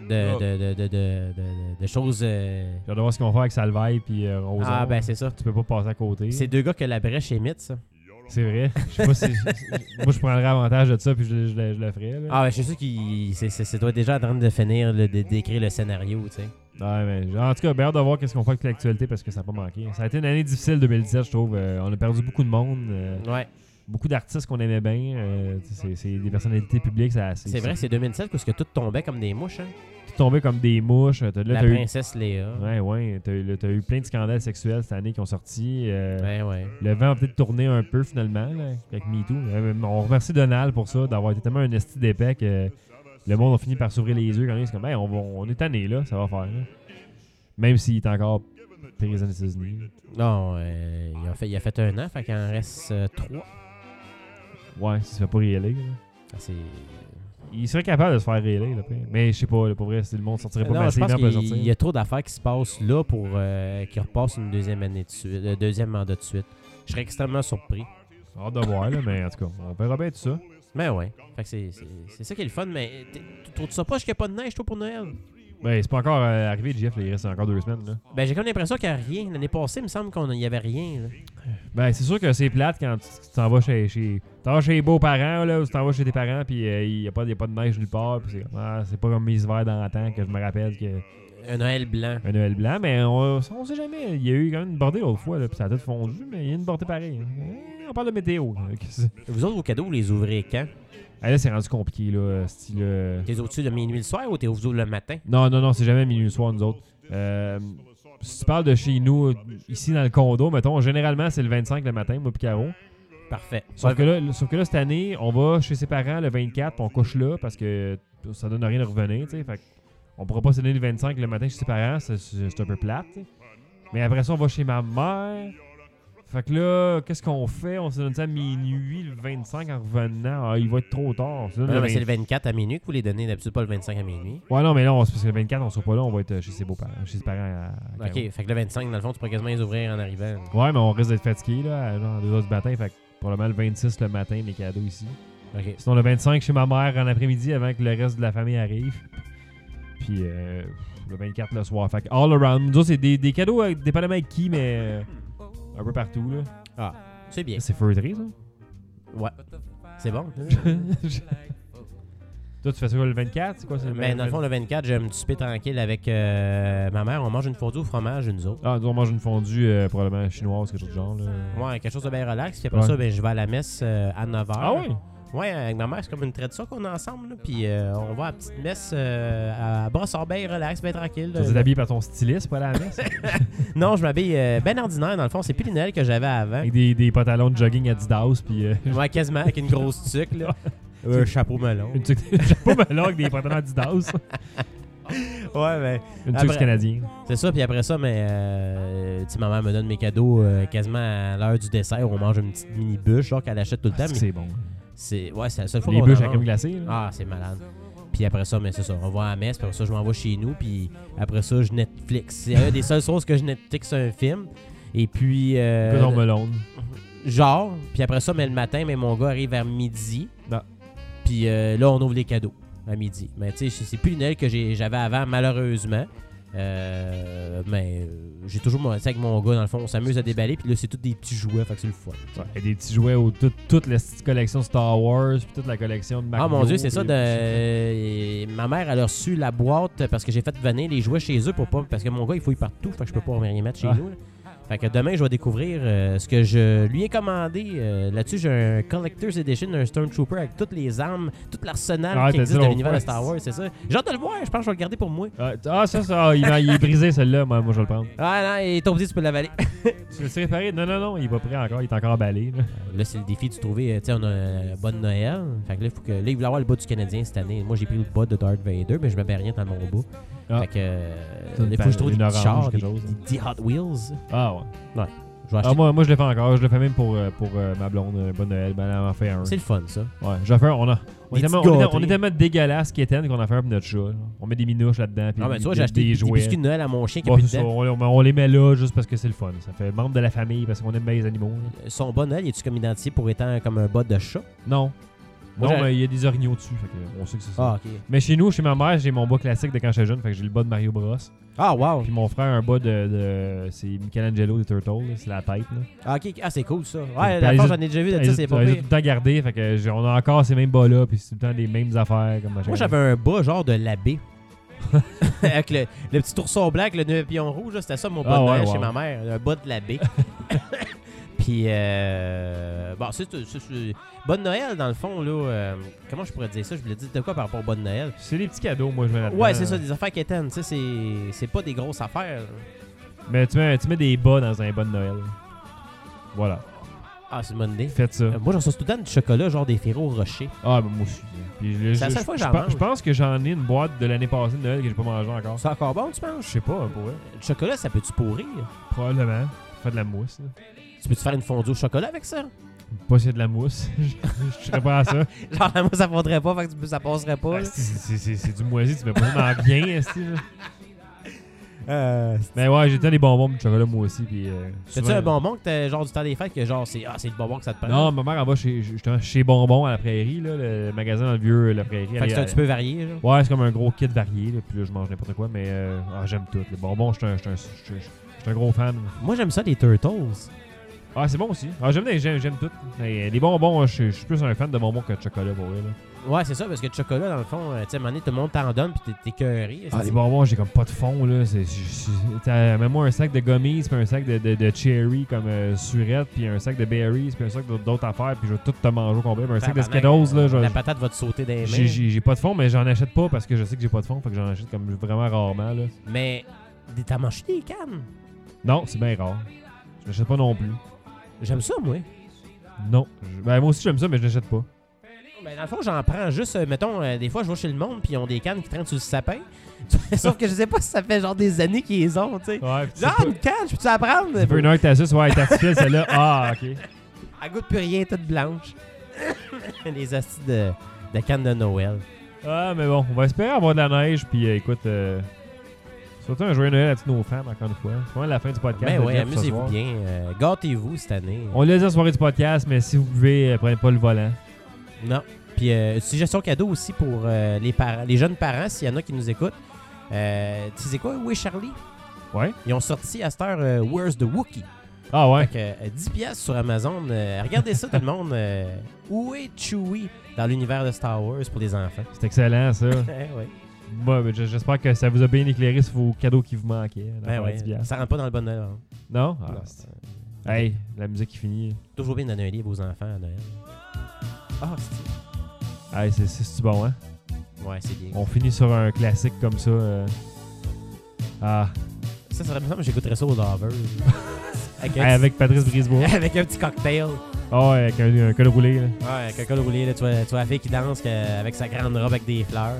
[SPEAKER 4] De, de, de, de, de, de- de- de choses. euh,
[SPEAKER 3] J'ai hâte de voir ce qu'on va faire avec Salvaille puis euh, Roson.
[SPEAKER 4] Ah, ben c'est ça.
[SPEAKER 3] tu peux pas passer à côté.
[SPEAKER 4] C'est deux gars que la brèche émite, ça.
[SPEAKER 3] C'est vrai. Je sais pas si. Moi, je prendrais avantage de ça puis je, le- je le- je le ferais. Là.
[SPEAKER 4] Ah, ben je suis sûr qu'ils. c'est- c'est- C'est toi déjà en train de finir le- de d'écrire le scénario, tu sais.
[SPEAKER 3] Ouais, mais en tout cas, bien hâte de voir qu'est-ce qu'on fait avec l'actualité parce que ça n'a pas manqué. Ça a été une année difficile 2017, je trouve. Euh, on a perdu beaucoup de monde, euh,
[SPEAKER 4] Ouais.
[SPEAKER 3] beaucoup d'artistes qu'on aimait bien. euh, tu sais, c'est- c'est des personnalités publiques, ça
[SPEAKER 4] C'est vrai, c'est 2007 parce que tout tombait comme des mouches. Hein?
[SPEAKER 3] Tout tombé comme des mouches. T'as- Là,
[SPEAKER 4] la
[SPEAKER 3] t'as eu.
[SPEAKER 4] princesse Léa.
[SPEAKER 3] Ouais,
[SPEAKER 4] Ouais,
[SPEAKER 3] ouais. T'as eu, là, t'as eu plein de scandales sexuels cette année qui ont sorti. euh,
[SPEAKER 4] Ben, ouais.
[SPEAKER 3] Le vent a peut-être tourné un peu finalement là, avec MeToo. Euh, On remercie Donald pour ça, d'avoir été tellement un esti d'épais que le monde a fini par s'ouvrir les yeux quand même. C'est comme, Hey, on, va- on est tanné là, ça va faire. là. Même s'il est encore président des États-Unis.
[SPEAKER 4] Non, euh, il, a fait, il a fait un an, fait qu'il en reste euh, trois.
[SPEAKER 3] Ouais, s'il se fait pas réélire. là.
[SPEAKER 4] Ah, c'est-
[SPEAKER 3] Il serait capable de se faire réélire, là, après. mais je sais pas, là, pour vrai, si le monde sortirait pas
[SPEAKER 4] Non, je
[SPEAKER 3] facilement
[SPEAKER 4] pense
[SPEAKER 3] pour le
[SPEAKER 4] qu'il il y
[SPEAKER 3] sortir.
[SPEAKER 4] a trop d'affaires qui se passent là pour euh, qu'il repasse une deuxième année de suite, euh, deuxième mandat de suite. Je serais extrêmement surpris.
[SPEAKER 3] Hâte de voir, là, mais en tout cas, on verra bien tout ça.
[SPEAKER 4] Mais Ben ouais. Fait que c'est- c'est c'est ça qui est le fun, mais t'es- tu trouves ça proche qu'il n'y a pas de neige, toi, pour Noël?
[SPEAKER 3] Ben, c'est pas encore euh, arrivé, Jeff, là, il reste encore deux semaines. Là.
[SPEAKER 4] Ben, j'ai comme l'impression qu'il n'y a rien. L'année passée, il me semble qu'on n'y avait rien. là.
[SPEAKER 3] Ben, c'est sûr que c'est plate quand tu tu t'en vas chez, chez, t'en vas chez les beaux-parents, là, ou tu t'en vas chez tes parents, puis euh, il n'y a, pas y a pas de neige nulle part, puis c'est comme, ah, c'est pas comme mes hivers dans le temps que je me rappelle que
[SPEAKER 4] Un Noël blanc.
[SPEAKER 3] un Noël blanc, mais on, on sait jamais. Il y a eu quand même une bordée l'autre fois, là, puis ça a tout fondu, mais il y a une bordée pareille. Eh, On parle de météo. là. Qu'est-ce que c'est?
[SPEAKER 4] Vous autres, vos cadeaux, vous les ouvrez quand?
[SPEAKER 3] Ah, là, c'est rendu compliqué, là, style. euh,
[SPEAKER 4] T'es au-dessus de minuit le soir ou t'es au-dessus le matin?
[SPEAKER 3] Non, non, non, c'est jamais minuit le soir, nous autres. Euh, si tu parles de chez nous, ici dans le condo, mettons, généralement, c'est le 25 le matin, moi, puis Caro.
[SPEAKER 4] Parfait.
[SPEAKER 3] Sauf
[SPEAKER 4] Ouais,
[SPEAKER 3] que, là, sauf que là, cette année, on va chez ses parents le 24, puis on couche là parce que ça donne rien de revenir, tu sais. Fait que on pourra pas se donner le 25 le matin chez ses parents, c'est- c'est c'est un peu plate. tu sais. Mais après ça, on va chez ma mère. Fait que là, qu'est-ce qu'on fait? On se donne ça à minuit le 25 en revenant. Ah, il va être trop tard. On se donne
[SPEAKER 4] Non,
[SPEAKER 3] le
[SPEAKER 4] mais
[SPEAKER 3] 20
[SPEAKER 4] c'est le 24 à minuit que vous les donnez, d'habitude pas le 25 à minuit.
[SPEAKER 3] Ouais, non, mais là, on, c'est parce que le 24, on sera pas là. On va être euh, chez ses beaux-parents, chez ses parents. à- à
[SPEAKER 4] Ok, fait que le 25, dans le fond, tu pourrais quasiment les ouvrir en arrivant.
[SPEAKER 3] Ouais, mais on risque d'être fatigué, là, à genre 2h du matin. Fait que probablement le 26 le matin, mes cadeaux ici.
[SPEAKER 4] Ok.
[SPEAKER 3] Sinon, le 25 chez ma mère en après-midi avant que le reste de la famille arrive. Puis euh, le 24 le soir. Fait que all around. Nous autres, c'est des, des cadeaux, euh, dépendamment avec qui, mais euh, un peu partout, là.
[SPEAKER 4] C'est bien.
[SPEAKER 3] C'est hein? feutré, ça?
[SPEAKER 4] Ouais. C'est bon. hein?
[SPEAKER 3] Toi, tu fais ça le 24? C'est quoi ça?
[SPEAKER 4] Mais Ben, dans le fond, le 24, j'ai un petit souper tranquille avec euh, ma mère. On mange une fondue au fromage, une autres.
[SPEAKER 3] Ah, nous, on mange une fondue euh, probablement chinoise, quelque chose du genre. Là.
[SPEAKER 4] Ouais, quelque chose de bien relax. Puis après
[SPEAKER 3] Ouais.
[SPEAKER 4] ça, ben, je vais à la messe euh, à 9h.
[SPEAKER 3] Ah oui?
[SPEAKER 4] Ouais, avec ma mère, c'est comme une tradition qu'on a ensemble. là. Puis euh, on va à la petite messe euh, à brossard bien relax, bien tranquille.
[SPEAKER 3] Tu t'es habillé par ton styliste, pas à la messe?
[SPEAKER 4] Non, je m'habille euh, ben ordinaire dans le fond. C'est plus Pinel que j'avais avant.
[SPEAKER 3] avec des, des pantalons de jogging Adidas, puis euh,
[SPEAKER 4] Ouais, quasiment avec une grosse tuque. Là. Un chapeau melon.
[SPEAKER 3] une tuque de chapeau melon avec des pantalons Adidas.
[SPEAKER 4] Ouais, ben.
[SPEAKER 3] Une
[SPEAKER 4] Après-
[SPEAKER 3] tuque canadienne.
[SPEAKER 4] C'est ça, puis après ça, mais euh, tu sais, ma mère me donne mes cadeaux euh, quasiment à l'heure du dessert. On mange une petite mini bûche, genre qu'elle achète tout le temps.
[SPEAKER 3] C'est que
[SPEAKER 4] Mais
[SPEAKER 3] Ah, c'est bon.
[SPEAKER 4] c'est ouais, c'est la seule fois
[SPEAKER 3] Les
[SPEAKER 4] qu'on
[SPEAKER 3] bûches
[SPEAKER 4] en
[SPEAKER 3] à crème
[SPEAKER 4] mange.
[SPEAKER 3] glacée. là.
[SPEAKER 4] Ah, c'est malade. Puis après ça, mais c'est ça, on va à la messe, puis après ça, je m'en vais chez nous, puis après ça, je Netflix. C'est une des seules choses que je Netflix un film. Et puis, euh,
[SPEAKER 3] Coton melon.
[SPEAKER 4] genre, puis après ça, mais le matin, mais mon gars arrive vers midi.
[SPEAKER 3] Ah.
[SPEAKER 4] Puis euh, là, on ouvre les cadeaux à midi. Mais tu sais, c'est- c'est plus une aile que j'ai- j'avais avant, malheureusement. Euh, mais euh, j'ai toujours mon ça avec mon gars, dans le fond, on s'amuse à déballer, puis là, c'est tous des petits jouets, fait que c'est le fun.
[SPEAKER 3] Ouais, et des petits jouets ou tout- toute la petite collection Star Wars, puis toute la collection de Mario.
[SPEAKER 4] Ah mon dieu, c'est ça.
[SPEAKER 3] puis-
[SPEAKER 4] De... euh, Ma mère, elle a reçu la boîte parce que j'ai fait venir les jouets chez eux pour pas. Parce que mon gars, il fouille partout, fait que je peux pas rien mettre chez
[SPEAKER 3] Ah.
[SPEAKER 4] nous. là. Fait que demain, je vais découvrir euh, ce que je lui ai commandé. Euh, Là-dessus, j'ai un Collector's Edition d'un Stormtrooper avec toutes les armes, tout l'arsenal
[SPEAKER 3] Ah,
[SPEAKER 4] qui
[SPEAKER 3] t'as
[SPEAKER 4] existe
[SPEAKER 3] dit
[SPEAKER 4] de
[SPEAKER 3] l'autre
[SPEAKER 4] l'univers
[SPEAKER 3] fois.
[SPEAKER 4] de Star Wars, c'est ça. J'ai hâte de le voir, je pense que je vais le garder pour moi.
[SPEAKER 3] Ah, t- ah, ça, ça, ah, il, va- il est brisé, celle-là. Moi, moi, je vais le prendre.
[SPEAKER 4] Ah non, il est tombé, tu peux l'avaler.
[SPEAKER 3] Tu veux-tu réparer? Non, non, non, il est pas prêt encore. Il est encore emballé. là.
[SPEAKER 4] Là, c'est le défi de trouver, euh, tu sais, on a un bon Noël. Fait que là, il faut que. Là, il voulait avoir le bas du Canadien cette année. Moi, j'ai pris le bas de Darth Vader, mais je m'avais rien dans mon bas.
[SPEAKER 3] Ah.
[SPEAKER 4] Fait que. euh,
[SPEAKER 3] C'est une
[SPEAKER 4] il faut que je trouve
[SPEAKER 3] une
[SPEAKER 4] des petits
[SPEAKER 3] orange,
[SPEAKER 4] chars, des,
[SPEAKER 3] quelque chose.
[SPEAKER 4] des- des Hot Wheels.
[SPEAKER 3] Ah, ouais.
[SPEAKER 4] Je vais
[SPEAKER 3] Ah,
[SPEAKER 4] acheter.
[SPEAKER 3] moi, moi, je le fais encore. Je le fais même pour, euh, pour euh, ma blonde. euh, Bonne Noël. Ben, elle m'en fait un.
[SPEAKER 4] c'est le fun, ça.
[SPEAKER 3] Ouais, je fais un. On, a, on, est
[SPEAKER 4] Des
[SPEAKER 3] tellement,
[SPEAKER 4] petits
[SPEAKER 3] on, est,
[SPEAKER 4] gâteries.
[SPEAKER 3] on est tellement dégueulasse qu'Étienne qu'on a fait un pour notre chat. là. On met des minouches là-dedans. puis
[SPEAKER 4] Ah, ben, tu vois,
[SPEAKER 3] des-
[SPEAKER 4] j'ai acheté
[SPEAKER 3] des
[SPEAKER 4] des, des
[SPEAKER 3] jouets.
[SPEAKER 4] biscuits de Noël à mon chien qui a
[SPEAKER 3] Ouais,
[SPEAKER 4] plus
[SPEAKER 3] c'est
[SPEAKER 4] de
[SPEAKER 3] ça, on, on- on les met là juste parce que c'est le fun. Ça fait membre de la famille parce qu'on aime bien les animaux. là.
[SPEAKER 4] Son bon Noël, est-tu comme identifié pour étant comme un bas de chat
[SPEAKER 3] Non.
[SPEAKER 4] Moi,
[SPEAKER 3] non,
[SPEAKER 4] j'ai-
[SPEAKER 3] mais il y a des orignaux dessus. Fait que on sait que c'est ça.
[SPEAKER 4] Ah, ok.
[SPEAKER 3] Mais chez nous, chez ma mère, j'ai mon bas classique de quand j'étais jeune. Fait que j'ai le bas de Mario Bros.
[SPEAKER 4] Ah, wow.
[SPEAKER 3] Puis mon frère, un bas de. de- c'est Michelangelo des Turtles. là, C'est la tête. Là.
[SPEAKER 4] Ah, ok. Ah, c'est cool, ça. Ouais,
[SPEAKER 3] Puis ben,
[SPEAKER 4] la
[SPEAKER 3] elle
[SPEAKER 4] fois,
[SPEAKER 3] les
[SPEAKER 4] j'en
[SPEAKER 3] a-
[SPEAKER 4] ai déjà vu de
[SPEAKER 3] Elle les
[SPEAKER 4] ça,
[SPEAKER 3] a
[SPEAKER 4] c'est
[SPEAKER 3] tout-
[SPEAKER 4] pas
[SPEAKER 3] elle les a
[SPEAKER 4] pire.
[SPEAKER 3] tout le temps gardé. Fait que j'ai- on a encore ces mêmes bas-là. Puis c'est tout le temps les mêmes affaires. Comme
[SPEAKER 4] Moi, j'avais un bas genre de l'abbé. avec le, le petit ourson blanc, avec le nœud pion rouge, là, c'était ça mon bas
[SPEAKER 3] Ah
[SPEAKER 4] de
[SPEAKER 3] ouais,
[SPEAKER 4] Noël
[SPEAKER 3] ouais.
[SPEAKER 4] chez ma mère, un bas de l'abbé. Puis, euh, bon, c'est c'est- c'est- Bonne Noël, dans le fond, là. euh, comment je pourrais dire ça Je voulais dire de quoi par rapport au Bonne Noël
[SPEAKER 3] C'est des petits cadeaux, moi, je mets là-dedans.
[SPEAKER 4] Ouais, c'est ça, des affaires qui étaient, tu sais, c'est- c'est pas des grosses affaires.
[SPEAKER 3] Mais tu mets, tu mets des bas dans un bas de Noël. Voilà.
[SPEAKER 4] Ah, c'est une bonne idée.
[SPEAKER 3] Faites ça.
[SPEAKER 4] Euh, moi, j'en reçois tout le temps du chocolat, genre des ferro rocher.
[SPEAKER 3] Ah, ben moi aussi. Puis je-
[SPEAKER 4] C'est la
[SPEAKER 3] je-
[SPEAKER 4] seule fois que
[SPEAKER 3] je
[SPEAKER 4] j'en
[SPEAKER 3] pe-
[SPEAKER 4] mange.
[SPEAKER 3] Je pense que j'en ai une boîte de l'année passée de Noël que j'ai pas mangé encore.
[SPEAKER 4] C'est encore bon, tu
[SPEAKER 3] Je
[SPEAKER 4] penses
[SPEAKER 3] sais pas, pour vrai.
[SPEAKER 4] Le chocolat, ça peut-tu pourrir
[SPEAKER 3] Probablement. Faire de la mousse. là.
[SPEAKER 4] Tu peux-tu faire une fondue au chocolat avec ça
[SPEAKER 3] Pas s'il y a de la mousse. Je je serais pas à ça.
[SPEAKER 4] Genre, moi, ça fondrait pas, fait que tu peux- ça passerait pas.
[SPEAKER 3] Ah,
[SPEAKER 4] là.
[SPEAKER 3] c'est- c'est c'est- c'est du moisi, tu mets pas ça dans rien. esti, là.
[SPEAKER 4] Euh,
[SPEAKER 3] Mais ouais, j'ai le temps des bonbons de chocolat moi aussi. Puis, euh,
[SPEAKER 4] T'as-tu
[SPEAKER 3] souvent-
[SPEAKER 4] un bonbon que t'as genre du temps des fêtes que genre c'est Ah c'est le bonbon que ça te prend?
[SPEAKER 3] Non, ma mère, elle va chez, justement, chez Bonbon à la Prairie, là, le magasin dans le vieux La Prairie.
[SPEAKER 4] Fait que
[SPEAKER 3] Elle- euh,
[SPEAKER 4] c'est un petit peu varié, genre.
[SPEAKER 3] Ouais, c'est comme un gros kit varié. Là, puis là, je mange n'importe quoi, mais euh, ah, j'aime tout. Les bonbons, je suis un, je suis un- je suis un- je suis un gros fan.
[SPEAKER 4] Moi j'aime ça les turtles.
[SPEAKER 3] Ah, c'est bon aussi. Ah, j'aime, les- j'aime, j'aime tout. Mais, euh, les bonbons, je suis- je suis plus un fan de bonbons que de chocolat pour vrai. là.
[SPEAKER 4] Ouais, c'est ça, parce que le chocolat, dans le fond, euh, tu sais, à un moment donné, tout le monde t'en donne pis t'es- t'es cœuré.
[SPEAKER 3] Ah, les bonbons, j'ai comme pas de fond. là. C'est, c'est- c'est- t'as- Mets-moi un sac de gummies, puis un sac de, de, de cherry comme euh, surette, puis un sac de berries, puis un sac d'autres, d'autres affaires, puis je vais tout te manger au complet. Puis un sac de
[SPEAKER 4] Tabarnak,
[SPEAKER 3] Skittles, là, je-
[SPEAKER 4] La patate va te sauter des
[SPEAKER 3] j'ai,
[SPEAKER 4] mains.
[SPEAKER 3] j'ai- j'ai pas de fond, mais j'en achète pas parce que je sais que j'ai pas de fond, fait que j'en achète comme vraiment rarement. Là.
[SPEAKER 4] Mais des- t'as mangé des cannes.
[SPEAKER 3] Non, c'est bien rare. Je n'achète pas non plus.
[SPEAKER 4] J'aime ça, moi.
[SPEAKER 3] Non. Je- ben, moi aussi, j'aime ça, mais je n'achète pas.
[SPEAKER 4] Ben, dans le fond, j'en prends juste, euh, mettons, euh, des fois, je vais chez le monde, puis ils ont des cannes qui traînent sur le sapin. Sauf que je sais pas si ça fait genre des années qu'ils ont, tu sais.
[SPEAKER 3] Ouais, pis tu sais
[SPEAKER 4] Genre,
[SPEAKER 3] pas-
[SPEAKER 4] une canne, je peux-tu la prendre?
[SPEAKER 3] tu veux une heure que t'as ça, ouais, t'as fait celle-là. Ah, ok.
[SPEAKER 4] Elle goûte plus rien, toute blanche. les hosties de, de cannes de Noël.
[SPEAKER 3] Ah, mais bon, on va espérer avoir de la neige, puis euh, écoute, euh, surtout un joyeux Noël à tous nos fans, encore une fois. C'est vraiment la fin du podcast.
[SPEAKER 4] Ben
[SPEAKER 3] le
[SPEAKER 4] ouais,
[SPEAKER 3] Jeff, ce soir.
[SPEAKER 4] amusez-vous bien. euh, gâtez-vous cette année.
[SPEAKER 3] On l'a dit la soirée du podcast, mais si vous pouvez, euh, prenez pas le volant.
[SPEAKER 4] Non. Puis, euh, suggestion cadeau aussi pour euh, les, parents, les jeunes parents, s'il y en a qui nous écoutent. Euh, tu sais quoi? Oui, Charlie?
[SPEAKER 3] Ouais.
[SPEAKER 4] Ils ont sorti à cette heure euh, Where's the Wookie?
[SPEAKER 3] Ah ouais.
[SPEAKER 4] Fait que, euh, 10 piastres sur Amazon. euh, regardez ça, tout le monde. euh, où est Chewie dans l'univers de Star Wars pour des enfants?
[SPEAKER 3] C'est excellent, ça.
[SPEAKER 4] Eh ouais.
[SPEAKER 3] Moi, ben, j- j'espère que ça vous a bien éclairé sur vos cadeaux qui vous manquaient. la
[SPEAKER 4] Ben
[SPEAKER 3] part
[SPEAKER 4] ouais.
[SPEAKER 3] du bière.
[SPEAKER 4] Ça rentre pas dans le bon Noël. hein.
[SPEAKER 3] Non? Ah,
[SPEAKER 4] Non.
[SPEAKER 3] c'est- Hey, la musique qui finit.
[SPEAKER 4] Toujours bien donner un livre aux enfants à Noël. Ah, c'est...
[SPEAKER 3] Hey, c'est- c'est c'est bon, hein?
[SPEAKER 4] Ouais, c'est bien.
[SPEAKER 3] On finit sur un classique comme ça. euh. Ah,
[SPEAKER 4] Ça, ça me semble que j'écouterais ça aux lovers. avec, un
[SPEAKER 3] Hey,
[SPEAKER 4] petit-
[SPEAKER 3] avec Patrice Brisebois.
[SPEAKER 4] avec un petit cocktail.
[SPEAKER 3] Ah, ouais, avec un, un col roulé. Là.
[SPEAKER 4] Ouais, avec un col roulé, là, tu, vois, tu vois la fille qui danse que- avec sa grande robe avec des fleurs.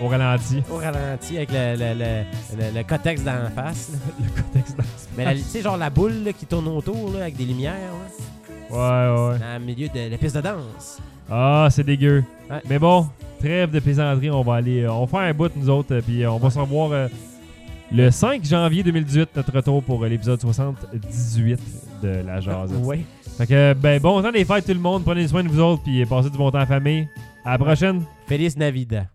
[SPEAKER 3] Au ralenti.
[SPEAKER 4] Au ralenti, avec le, le, le, le- le cotex dans la face. là.
[SPEAKER 3] Le contexte dans-
[SPEAKER 4] Mais la- tu sais, genre la boule là, qui tourne autour là, avec des lumières. ouais.
[SPEAKER 3] Ouais, ouais.
[SPEAKER 4] Dans le milieu de la piste de danse.
[SPEAKER 3] Ah, c'est dégueu.
[SPEAKER 4] Ouais.
[SPEAKER 3] Mais bon, trêve de plaisanterie, on va aller. euh, on va faire un bout, nous autres, euh, puis euh, on va se revoir euh, le 5 janvier 2018, notre retour pour euh, l'épisode 78 de La Jazz.
[SPEAKER 4] ouais.
[SPEAKER 3] Fait que, ben, bon temps des fêtes, tout le monde. Prenez soin de vous autres, puis euh, passez du bon temps en famille. À la prochaine!
[SPEAKER 4] Feliz Navidad.